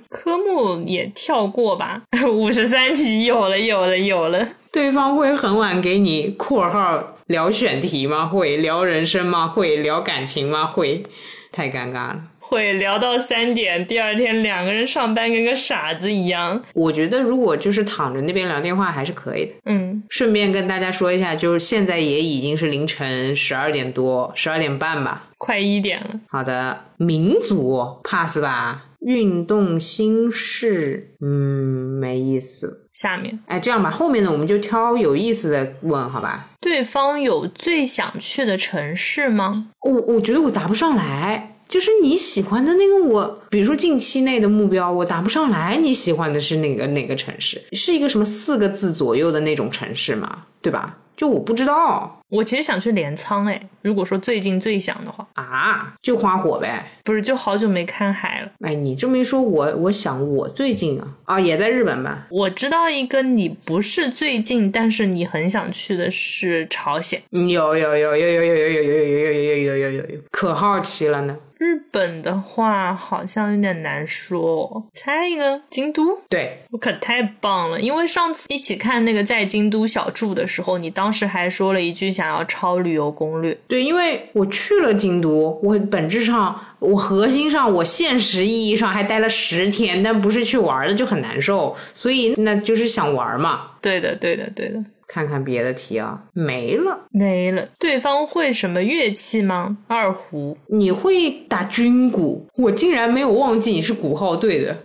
B: 科目也跳过吧， 五十三题有了有了有了，
C: 对方会很晚给你（括号聊选题吗？会聊人生吗？会聊感情吗？会，太尴尬了。
B: 会聊到三点，第二天两个人上班跟个傻子一样。
C: 我觉得如果就是躺着那边聊电话还是可以的。
B: 嗯，
C: 顺便跟大家说一下，就是现在也已经是凌晨十二点多，十二点半吧。
B: 快一点了。
C: 好的，民族 pass 吧。运动心事，嗯，没意思。
B: 下面
C: 哎，这样吧，后面呢我们就挑有意思的问，好吧？
B: 对方有最想去的城市吗？
C: 我我觉得我答不上来，就是你喜欢的那个我，比如说近期内的目标，我答不上来。你喜欢的是哪个哪个城市？是一个什么四个字左右的那种城市吗？对吧？就我不知道
B: 我其实想去镰仓哎，如果说最近最想的话，
C: 啊，就花火呗。
B: 不是就好久没看海了。
C: 哎，你这么一说，我我想我最近啊啊也在日本吧？
B: 我知道一个你不是最近，但是你很想去的是朝鲜。
C: 嗯有有有有有有有有有有有有有有有有，可好奇了呢。
B: 日本的话好像有点难说、哦，猜一个京都，
C: 对，
B: 我可太棒了！因为上次一起看那个在京都小住的时候，你当时还说了一句想要抄旅游攻略，
C: 对，因为我去了京都，我本质上、我核心上、我现实意义上还待了十天，但不是去玩儿的，就很难受。所以那就是想玩儿嘛。
B: 对的，对的，对的，
C: 看看别的题啊，没了。
B: 没了。对方会什么乐器吗？二胡。
C: 你会打军鼓，我竟然没有忘记你是鼓号队的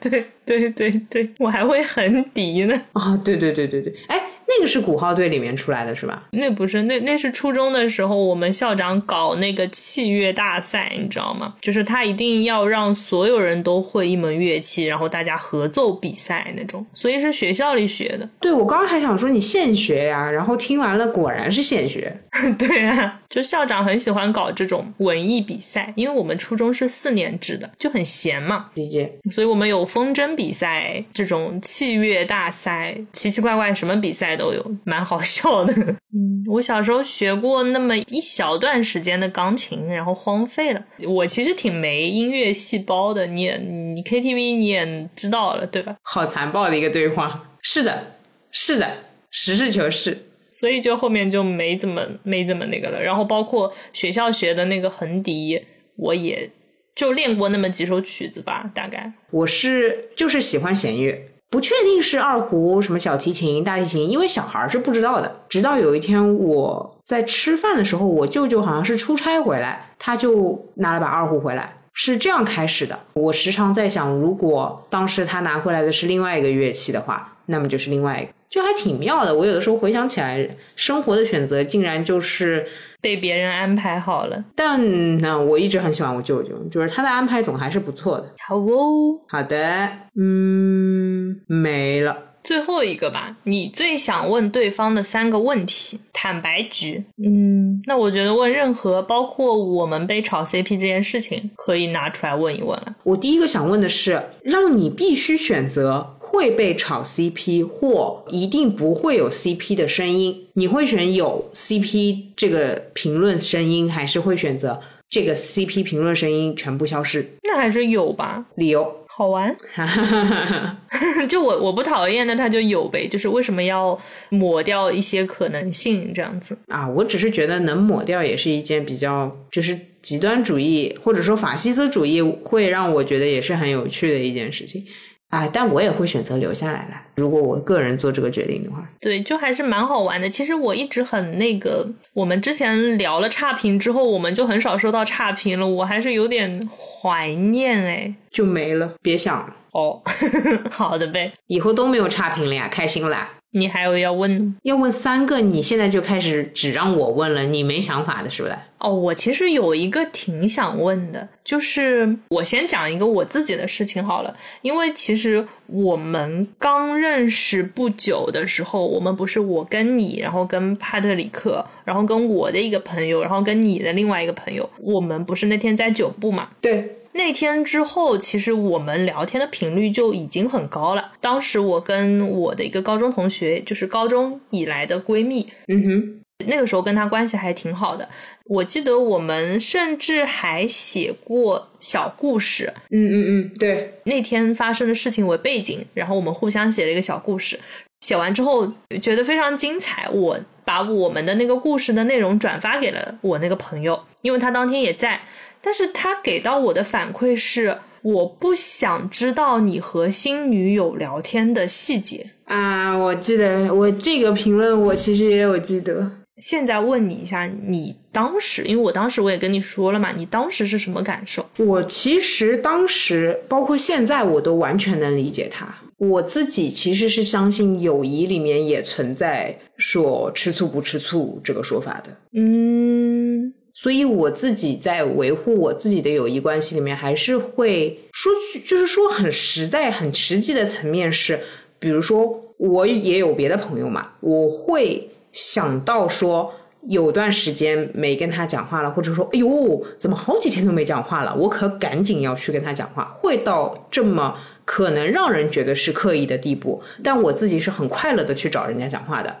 B: 对对对对，我还会横笛呢。
C: 啊！对对对对对，哎，那个是鼓号队里面出来的是吧？
B: 那不是，那那是初中的时候，我们校长搞那个器乐大赛，你知道吗？就是他一定要让所有人都会一门乐器，然后大家合奏比赛那种，所以是学校里学的。
C: 对，我刚刚还想说你现学呀，然后听完了果然是现学。
B: 对啊，就校长很喜欢搞这种文艺比赛，因为我们初中是四年制的，就很闲嘛，
C: 理解。
B: 所以我们有风筝比赛、这种器乐大赛，奇奇怪怪什么比赛都有，蛮好笑的。 嗯，我小时候学过那么一小段时间的钢琴，然后荒废了。我其实挺没音乐细胞的，你也你 KTV 你也知道了，对吧？
C: 好残暴的一个对话。是的，是的，实事求是。
B: 所以就后面就没怎么没怎么那个了。然后包括学校学的那个横笛，我也就练过那么几首曲子吧，大概。
C: 我是就是喜欢弦乐，不确定是二胡、什么小提琴、大提琴，因为小孩儿是不知道的。直到有一天我在吃饭的时候，我舅舅好像是出差回来，他就拿了把二胡回来。是这样开始的。我时常在想，如果当时他拿回来的是另外一个乐器的话，那么就是另外一个，就还挺妙的。我有的时候回想起来，生活的选择竟然就是
B: 被别人安排好了，
C: 但呢，我一直很喜欢我舅舅，就是他的安排总还是不错的。
B: 好哦。
C: 好的，嗯，没了。
B: 最后一个吧，你最想问对方的三个问题，坦白局。嗯，那我觉得问任何，包括我们被炒 CP 这件事情，可以拿出来问一问了。
C: 我第一个想问的是，让你必须选择会被炒 CP 或一定不会有 CP 的声音，你会选有 CP 这个评论声音，还是会选择这个 CP 评论声音全部消失？
B: 那还是有吧，
C: 理由？
B: 好玩。
C: 哈哈哈哈哈。
B: 就我我不讨厌，那他就有呗。就是为什么要抹掉一些可能性这样子？
C: 啊，我只是觉得能抹掉也是一件比较，就是极端主义或者说法西斯主义，会让我觉得也是很有趣的一件事情。啊，但我也会选择留下来啦。如果我个人做这个决定的话，
B: 对，就还是蛮好玩的。其实我一直很那个，我们之前聊了差评之后，我们就很少收到差评了，我还是有点怀念哎。
C: 就没了，别想了，
B: 哦， 好的呗。
C: 以后都没有差评了呀，开心啦。
B: 你还有要问的吗
C: 要问三个，你现在就开始只让我问了，你没想法的是不是？
B: 哦？我其实有一个挺想问的，就是我先讲一个我自己的事情好了，因为其实我们刚认识不久的时候，我们不是我跟你，然后跟帕特里克，然后跟我的一个朋友，然后跟你的另外一个朋友，我们不是那天在酒部嘛，
C: 对，
B: 那天之后，其实我们聊天的频率就已经很高了。当时我跟我的一个高中同学，就是高中以来的闺蜜，
C: 嗯哼，
B: 那个时候跟她关系还挺好的。我记得我们甚至还写过小故事，
C: 嗯嗯嗯，对，
B: 那天发生的事情为背景，然后我们互相写了一个小故事。写完之后觉得非常精彩，我把我们的那个故事的内容转发给了我那个朋友，因为他当天也在。但是他给到我的反馈是，我不想知道你和新女友聊天的细节。
C: 啊，我记得我这个评论，我其实也有记得。
B: 现在问你一下，你当时，因为我当时我也跟你说了嘛，你当时是什么感受？
C: 我其实当时，包括现在，我都完全能理解他。我自己其实是相信友谊里面也存在说吃醋不吃醋这个说法的，
B: 嗯，
C: 所以我自己在维护我自己的友谊关系里面，还是会说句，就是说很实在、很实际的层面是，比如说我也有别的朋友嘛，我会想到说。有段时间没跟他讲话了，或者说，哎呦，怎么好几天都没讲话了？我可赶紧要去跟他讲话，会到这么可能让人觉得是刻意的地步。但我自己是很快乐的去找人家讲话的。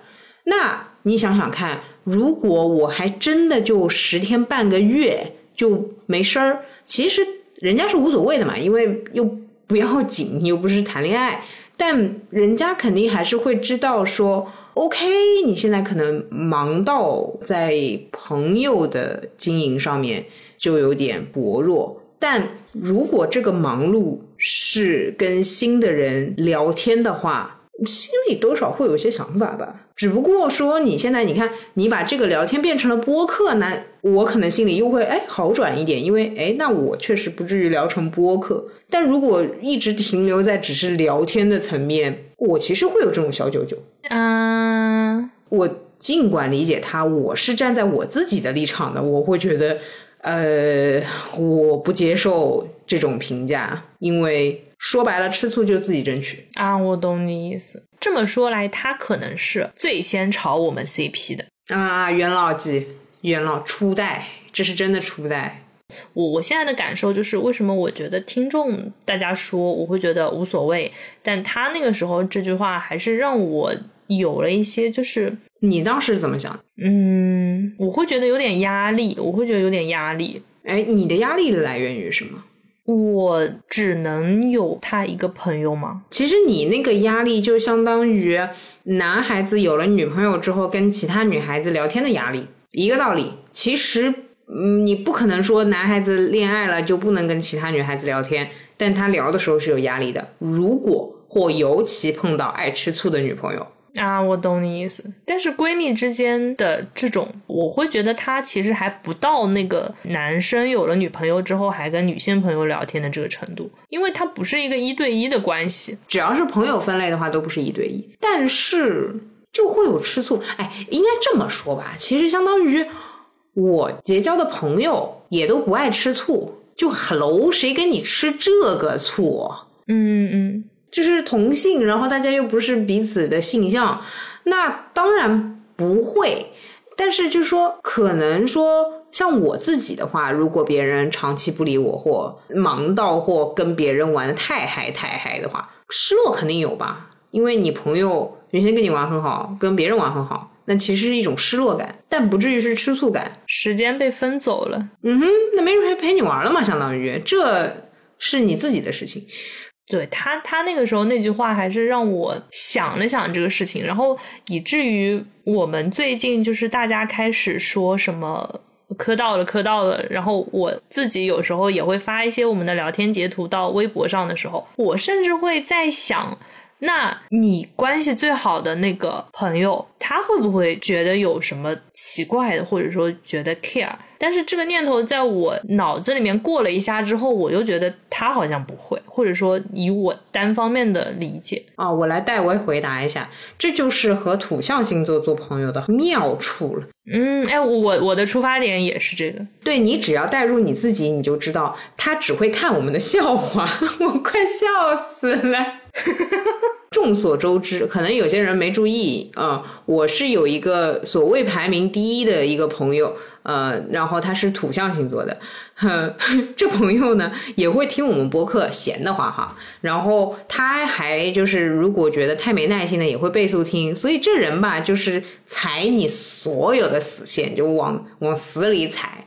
C: 那你想想看，如果我还真的就十天半个月就没声儿，其实人家是无所谓的嘛，因为又不要紧，你又不是谈恋爱，但人家肯定还是会知道说。OK，你现在可能忙到在朋友的经营上面就有点薄弱，但如果这个忙碌是跟新的人聊天的话，心里多少会有一些想法吧。只不过说你现在你看，你把这个聊天变成了播客呢，我可能心里又会哎好转一点，因为哎那我确实不至于聊成播客。但如果一直停留在只是聊天的层面，我其实会有这种小九九。
B: 嗯，
C: 我尽管理解他，我是站在我自己的立场的，我会觉得，呃，我不接受这种评价，因为说白了，吃醋就自己争取。
B: 啊，我懂你意思。这么说来，他可能是最先炒我们 CP 的。
C: 啊，元老级，元老初代，这是真的初代。
B: 我我现在的感受就是，为什么我觉得听众大家说我会觉得无所谓，但他那个时候这句话还是让我有了一些，就是
C: 你当时怎么想？
B: 嗯，我会觉得有点压力，我会觉得有点压力。
C: 哎，你的压力来源于什么？
B: 我只能有他一个朋友吗？
C: 其实你那个压力就相当于男孩子有了女朋友之后跟其他女孩子聊天的压力，一个道理。其实，嗯，你不可能说男孩子恋爱了就不能跟其他女孩子聊天，但他聊的时候是有压力的。如果或尤其碰到爱吃醋的女朋友，
B: 啊，我懂你意思，但是闺蜜之间的这种，我会觉得她其实还不到那个男生有了女朋友之后还跟女性朋友聊天的这个程度，因为它不是一个一对一的关系。
C: 只要是朋友分类的话，都不是一对一，但是就会有吃醋。哎，应该这么说吧，其实相当于我结交的朋友也都不爱吃醋，就 hello，谁跟你吃这个醋？
B: 嗯嗯，
C: 就是同性，然后大家又不是彼此的性向，那当然不会。但是就说可能说，像我自己的话，如果别人长期不理我，或忙到或跟别人玩的太嗨太嗨的话，失落肯定有吧？因为你朋友原先跟你玩很好，跟别人玩很好，那其实是一种失落感，但不至于是吃醋感。
B: 时间被分走了。
C: 嗯哼，那没人陪陪你玩了嘛，相当于这是你自己的事情。
B: 对他，他那个时候那句话还是让我想了想这个事情，然后以至于我们最近就是大家开始说什么磕到了，磕到了，然后我自己有时候也会发一些我们的聊天截图到微博上的时候，我甚至会在想，那你关系最好的那个朋友，他会不会觉得有什么奇怪的，或者说觉得 care？但是这个念头在我脑子里面过了一下之后，我又觉得他好像不会，或者说以我单方面的理解，
C: 哦，我来代为回答一下，这就是和土象星座做朋友的妙处了。
B: 嗯，哎，我我的出发点也是这个，
C: 对你只要带入你自己，你就知道他只会看我们的笑话， 我快笑死了。 众所周知，可能有些人没注意啊、我是有一个所谓排名第一的一个朋友，呃，然后他是土象星座的，哼， 这朋友呢也会听我们播客，闲的话哈，然后他还就是如果觉得太没耐心呢，也会倍速听，所以这人吧就是踩你所有的死线，就往往死里踩。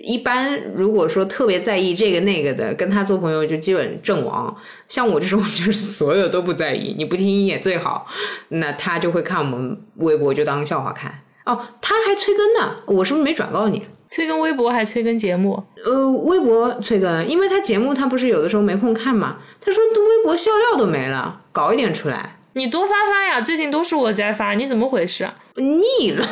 C: 一般如果说特别在意这个那个的，跟他做朋友就基本阵亡。像我这种 就是所有都不在意，你不听也最好，那他就会看我们微博就当笑话看。哦，他还催更呢，我是不是没转告你？
B: 催更微博还催更节目，
C: 呃，微博催更，因为他节目他不是有的时候没空看嘛，他说微博笑料都没了，搞一点出来，
B: 你多发发呀！最近都是我在发，你怎么回事啊？
C: 腻了。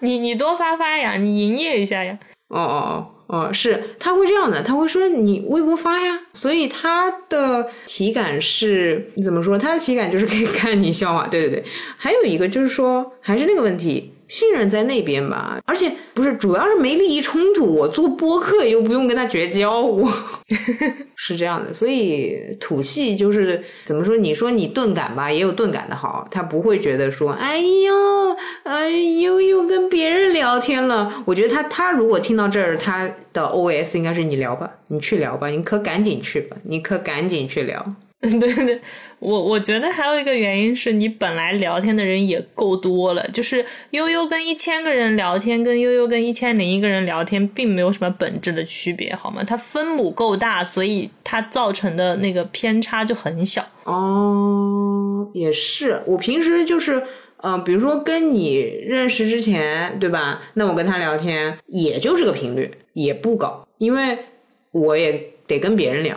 B: 你你多发发呀，你营业一下呀。
C: 哦哦哦哦，是他会这样的，他会说你微博发呀，所以他的体感是怎么说？他的体感就是可以看你笑话，对对对。还有一个就是说，还是那个问题，信任在那边吧，而且不是，主要是没利益冲突，我做播客又不用跟他绝交，我是这样的。所以土系就是怎么说？你说你钝感吧，也有钝感的好，他不会觉得说，哎呦，哎呦，又跟别人聊天了。我觉得他他如果听到这儿，他的 OS 应该是你聊吧，你去聊吧，你可赶紧去吧，你可赶紧去聊。
B: 对对对，我我觉得还有一个原因是你本来聊天的人也够多了，就是悠悠跟一千个人聊天，跟悠悠跟一千零一个人聊天，并没有什么本质的区别，好吗？它分母够大，所以它造成的那个偏差就很小。
C: 哦，也是，我平时就是。嗯、比如说跟你认识之前，对吧？那我跟他聊天也就这个频率，也不高，因为我也得跟别人聊，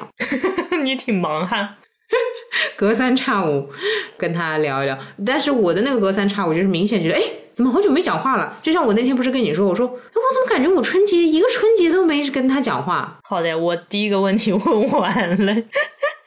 B: 你挺忙哈，
C: 隔三差五跟他聊一聊。但是我的那个隔三差五就是明显觉得，哎，怎么好久没讲话了？就像我那天不是跟你说，我说，哎，我怎么感觉我春节一个春节都没跟他讲话？
B: 好的，我第一个问题 问完了。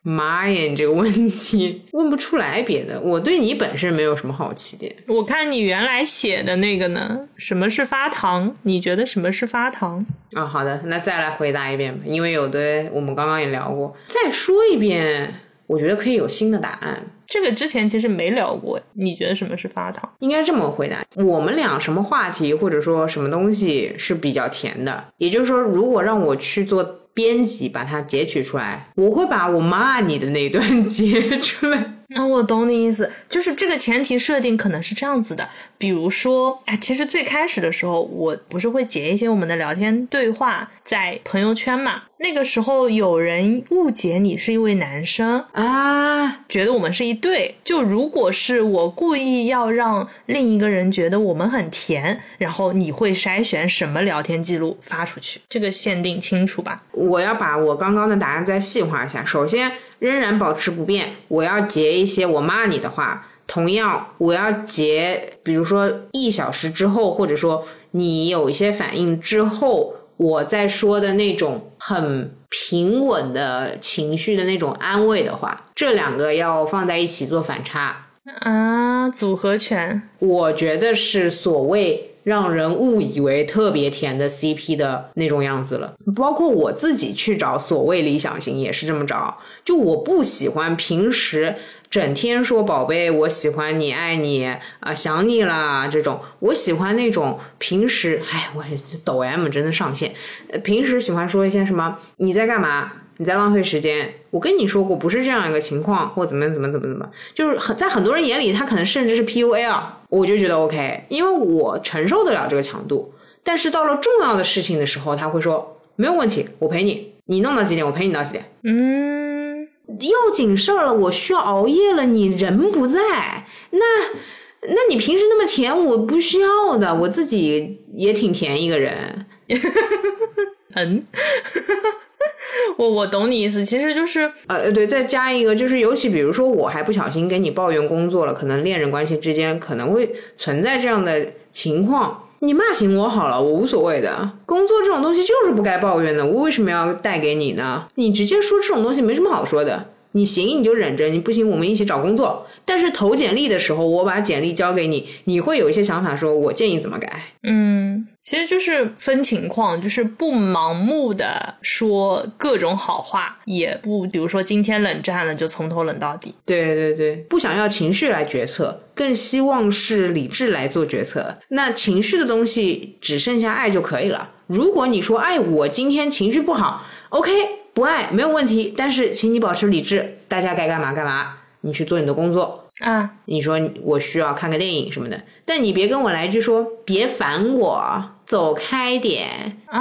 C: 妈呀，你这个问题 问不出来别的，我对你本身没有什么好奇点。
B: 我看你原来写的那个呢，什么是发糖？你觉得什么是发糖？
C: 啊、好的，那再来回答一遍吧，因为有的我们刚刚也聊过，再说一遍，我觉得可以有新的答案。
B: 这个之前其实没聊过，你觉得什么是发糖？
C: 应该这么回答：我们俩什么话题或者说什么东西是比较甜的？也就是说，如果让我去做编辑，把它截取出来，我会把我骂你的那一段 截出来。
B: 那、哦我懂你意思，就是这个前提设定可能是这样子的，比如说，哎，其实最开始的时候，我不是会截一些我们的聊天对话在朋友圈嘛？那个时候有人误解你是一位男生，
C: 啊，
B: 觉得我们是一对。就如果是我故意要让另一个人觉得我们很甜，然后你会筛选什么聊天记录发出去，这个限定清楚吧？
C: 我要把我刚刚的答案再细化一下。首先，仍然保持不变，我要截一些我骂你的话。同样，我要截，比如说一小时之后，或者说你有一些反应之后，我再说的那种很平稳的情绪的那种安慰的话，这两个要放在一起做反差。
B: 啊，组合拳，
C: 我觉得是所谓让人误以为特别甜的 CP 的那种样子了。包括我自己去找所谓理想型也是这么找，就我不喜欢平时整天说宝贝我喜欢你爱你啊、想你啦这种，我喜欢那种平时哎我抖 M 真的上线，呃平时喜欢说一些什么你在干嘛？你在浪费时间。我跟你说过，不是这样一个情况，或怎么怎么怎么怎么，就是很在很多人眼里，他可能甚至是 PUA 啊，我就觉得 OK，因为我承受得了这个强度。但是到了重要的事情的时候，他会说没有问题，我陪你，你弄到几点，我陪你到几点。
B: 嗯，
C: 要紧事儿了，我需要熬夜了，你人不在，那那你平时那么甜，我不需要的，我自己也挺甜一个人。
B: 嗯，我我懂你意思，其实就是
C: 呃呃，对，再加一个，就是尤其比如说，我还不小心跟你抱怨工作了，可能恋人关系之间可能会存在这样的情况。你骂醒我好了，我无所谓的。工作这种东西就是不该抱怨的，我为什么要带给你呢？你直接说这种东西没什么好说的。你行你就忍着，你不行我们一起找工作。但是投简历的时候，我把简历交给你，你会有一些想法说，我建议怎么改。
B: 嗯，其实就是分情况，就是不盲目的说各种好话，也不比如说今天冷战了就从头冷到底。
C: 对对对，不想要情绪来决策，更希望是理智来做决策。那情绪的东西只剩下爱就可以了。如果你说，哎，我今天情绪不好，OK，不爱没有问题，但是请你保持理智，大家该干嘛干嘛，你去做你的工作。
B: 啊，
C: 你说我需要看个电影什么的，但你别跟我来一句说别烦我，走开点。
B: 啊，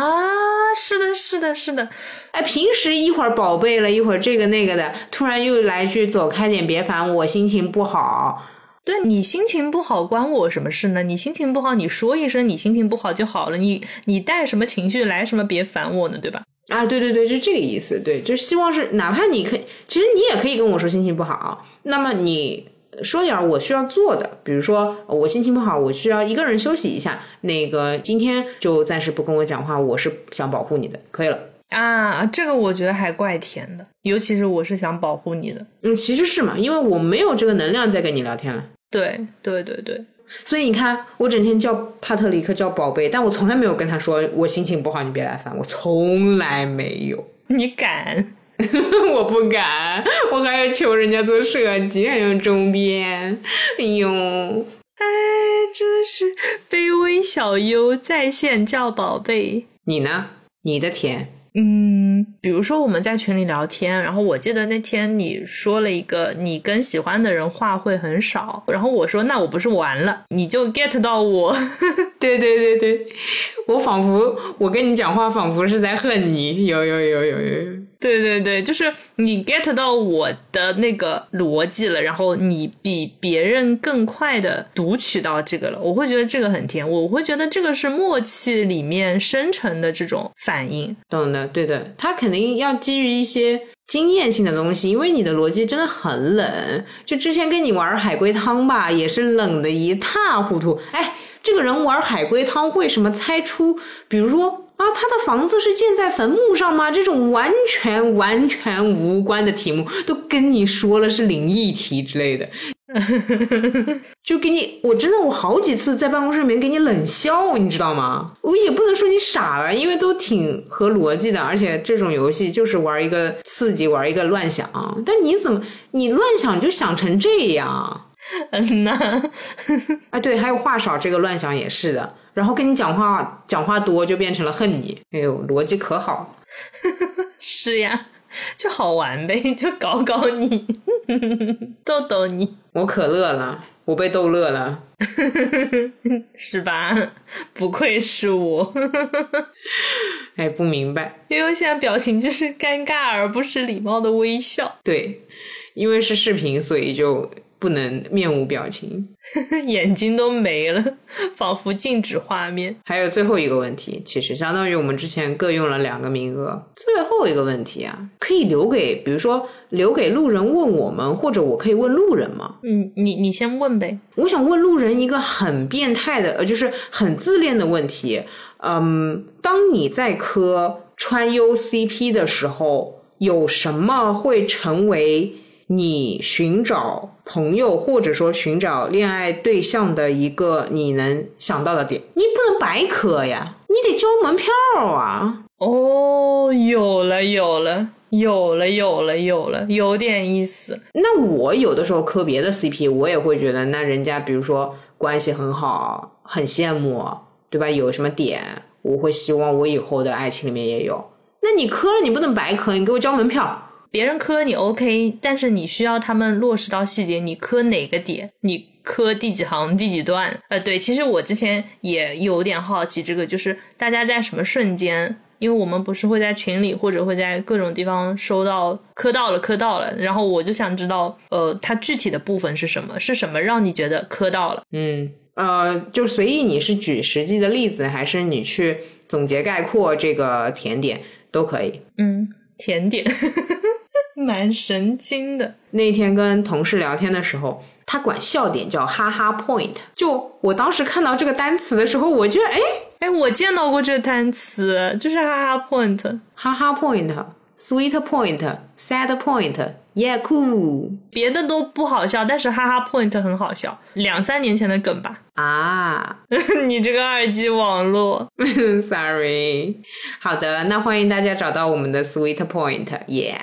B: 是的，是的，是的，
C: 哎，平时一会儿宝贝了，一会儿这个那个的，突然又来句走开点，别烦我，心情不好。
B: 对你心情不好关我什么事呢？你心情不好，你说一声你心情不好就好了。你你带什么情绪来什么，别烦我呢，对吧？
C: 啊，对对对，就这个意思，对，就是希望是哪怕你可以，其实你也可以跟我说心情不好，那么你说点儿我需要做的，比如说呃我心情不好，我需要一个人休息一下，那个今天就暂时不跟我讲话，我是想保护你的，可以了。
B: 啊，这个我觉得还怪甜的，尤其是我是想保护你的。
C: 嗯，其实是嘛，因为我没有这个能量再跟你聊天了。
B: 对对对对，
C: 所以你看，我整天叫帕特里克叫宝贝，但我从来没有跟他说我心情不好，你别来烦我，从来没有。
B: 你敢？
C: 我不敢，我还要求人家做设计，还要周边。哎呦，
B: 哎，真是卑微小优在线叫宝贝。
C: 你呢？你的甜
B: 嗯，比如说我们在群里聊天，然后我记得那天你说了一个，你跟喜欢的人话会很少，然后我说那我不是完了，你就 get 到我，
C: 对对对对，我仿佛我跟你讲话，仿佛是在恨你。有有有有有有，
B: 对对对，就是你 get 到我的那个逻辑了，然后你比别人更快的读取到这个了，我会觉得这个很甜，我会觉得这个是默契里面生成的这种反应，
C: 懂的，对的，他肯定要基于一些经验性的东西，因为你的逻辑真的很冷。就之前跟你玩海龟汤吧，也是冷的一塌糊涂。哎，这个人玩海龟汤为什么猜出，比如说啊，他的房子是建在坟墓上吗？这种完全完全无关的题目，都跟你说了是灵异题之类的，就给你，我真的我好几次在办公室里面给你冷笑，你知道吗？我也不能说你傻了，因为都挺合逻辑的，而且这种游戏就是玩一个刺激，玩一个乱想。但你怎么你乱想就想成这样？
B: 嗯呐，
C: 啊，对，还有话少这个乱想也是的。然后跟你讲话讲话多就变成了恨你，哎呦，逻辑可好。
B: 是呀， 就好玩呗， 就搞搞你， 逗逗你。
C: 我可乐了，我被逗乐了。
B: 是吧？ 不愧是我，
C: 哎，不明白。
B: 悠悠现在表情就是尴尬而不是礼貌的微笑，
C: 对，因为是视频，所以就不能面无表情。
B: 眼睛都没了， 仿佛静止画面。
C: 还有最后一个问题，其实相当于我们之前各用了两个名额。最后一个问题啊，可以留给，比如说留给路人问我们，或者我可以问路人吗？
B: 嗯，你你先问呗。
C: 我想问路人一个很变态的，呃，就是很自恋的问题。嗯，当你在磕川优 CP 的时候，有什么会成为你寻找朋友或者说寻找恋爱对象的一个你能想到的点？你不能白磕呀，你得交门票啊。
B: 哦，有了有了有了有了有了，有点意思。
C: 那我有的时候磕别的 CP，我也会觉得，那人家比如说关系很好，很羡慕，对吧？有什么点，我会希望我以后的爱情里面也有。那你磕了，你不能白磕，你给我交门票。
B: 别人磕你 OK，但是你需要他们落实到细节，你磕哪个点，你磕第几行第几段。呃，对，其实我之前也有点好奇，这个就是大家在什么瞬间，因为我们不是会在群里或者会在各种地方收到磕到了磕到了，然后我就想知道，呃，它具体的部分是什么？是什么让你觉得磕到了？
C: 嗯，呃，就随意你是举实际的例子，还是你去总结概括这个甜点都可以。
B: 嗯，甜点， 蛮神经的。
C: 那天跟同事聊天的时候，他管笑点叫哈哈 point。就我当时看到这个单词的时候，我觉得哎，
B: 哎，我见到过这个单词，就是哈哈 point。
C: 哈哈 point、sweet point、sad point、yeah cool
B: 别的都不好笑，但是哈哈 point 很好笑，两三年前的梗吧。
C: 啊
B: 你这个二级网络，
C: ，sorry。好的，那欢迎大家找到我们的 sweet point，yeah。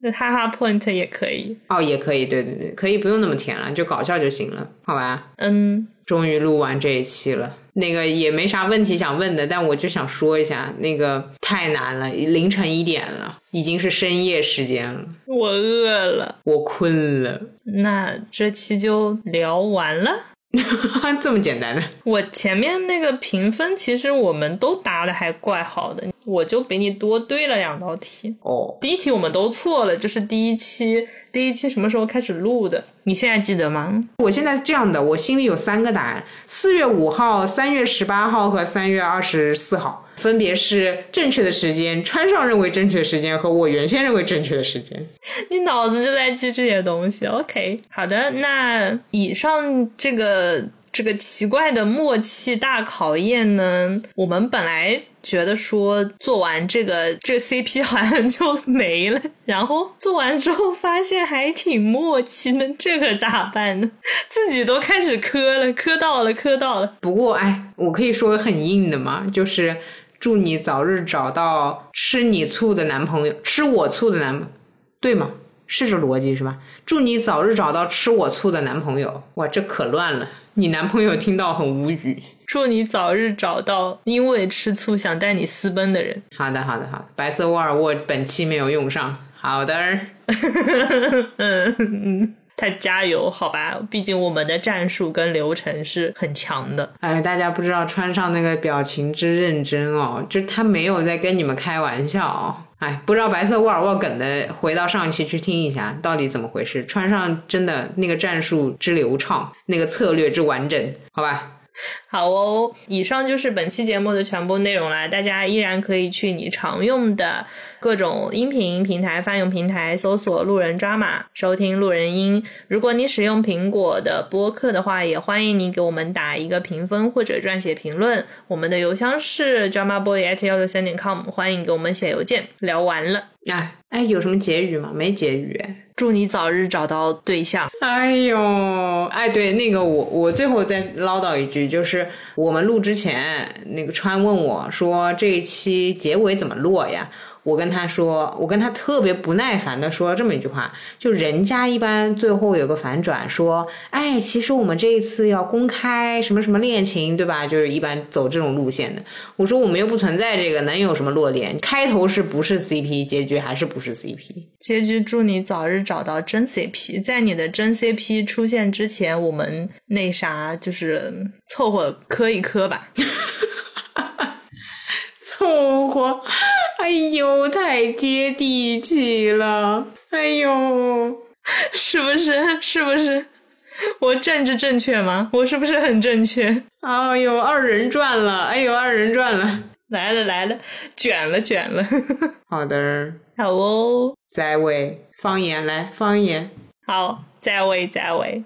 B: 那哈哈 point 也可以。
C: 哦，也可以，对对对，可以不用那么甜了，就搞笑就行了，好吧？
B: 嗯，
C: 终于录完这一期了，那个也没啥问题想问的，但我就想说一下，那个太难了，凌晨一点了，已经是深夜时间了，
B: 我饿了，
C: 我困了。
B: 那这期就聊完了。
C: 这么简单的。
B: 我前面那个评分，其实我们都答的还怪好的，我就比你多对了两道题。
C: 哦，
B: 第一题我们都错了，就是第一期，第一期什么时候开始录的？你现在记得吗？
C: 我现在是这样的，我心里有三个答案：四月五号、三月十八号和三月二十四号，分别是正确的时间、川上认为正确的时间和我原先认为正确的时间。
B: 你脑子就在记这些东西。OK，好的，那以上这个这个奇怪的默契大考验呢，我们本来觉得说做完这个这 CP 好像就没了，然后做完之后发现还挺默契的，这可咋办呢？自己都开始磕了，磕到了，磕到了。
C: 不过，哎，我可以说个很硬的嘛，就是祝你早日找到吃你醋的男朋友，吃我醋的男，对吗？是这逻辑是吧？祝你早日找到吃我醋的男朋友。哇，这可乱了！你男朋友听到很无语。
B: 祝你早日找到因为吃醋想带你私奔的人。
C: 好的，好的，好的。白色沃尔沃本期没有用上。好的，
B: 嗯嗯，他加油，好吧，毕竟我们的战术跟流程是很强的。
C: 哎，大家不知道穿上那个表情之认真哦，就他没有在跟你们开玩笑哦。哎，不知道白色沃尔沃梗的，回到上一期去听一下，到底怎么回事？穿上真的那个战术之流畅，那个策略之完整，好吧？
B: 好哦，以上就是本期节目的全部内容啦。大家依然可以去你常用的各种音频平台、泛用平台搜索“路人抓马”，收听路人音。如果你使用苹果的播客的话，也欢迎你给我们打一个评分或者撰写评论。我们的邮箱是 dramaboy at 幺六三点 com，欢迎给我们写邮件。聊完了，
C: 哎哎，有什么结语吗？没结语哎。
B: 祝你早日找到对象。
C: 哎呦，哎，对，那个我我最后再唠叨一句，就是我们录之前，那个川问我说这一期结尾怎么落呀？我跟他说，我跟他特别不耐烦的说了这么一句话，就人家一般最后有个反转，说，哎，其实我们这一次要公开什么什么恋情，对吧？就是一般走这种路线的。我说我们又不存在这个，能有什么落点？开头是不是 CP，结局还是不是 CP？
B: 结局祝你早日找到真 CP，在你的真 CP 出现之前，我们那啥就是凑合磕一磕吧。
C: 凑合， 哎呦，太接地气了，哎呦，
B: 是不是？是不是？我政治正确吗？我是不是很正确？
C: 哎呦，二人转了，哎呦，二人转了。
B: 来了来了，卷了卷了。
C: 好的，
B: 好哦，
C: 再位，方言来，方言，
B: 好，再位再位。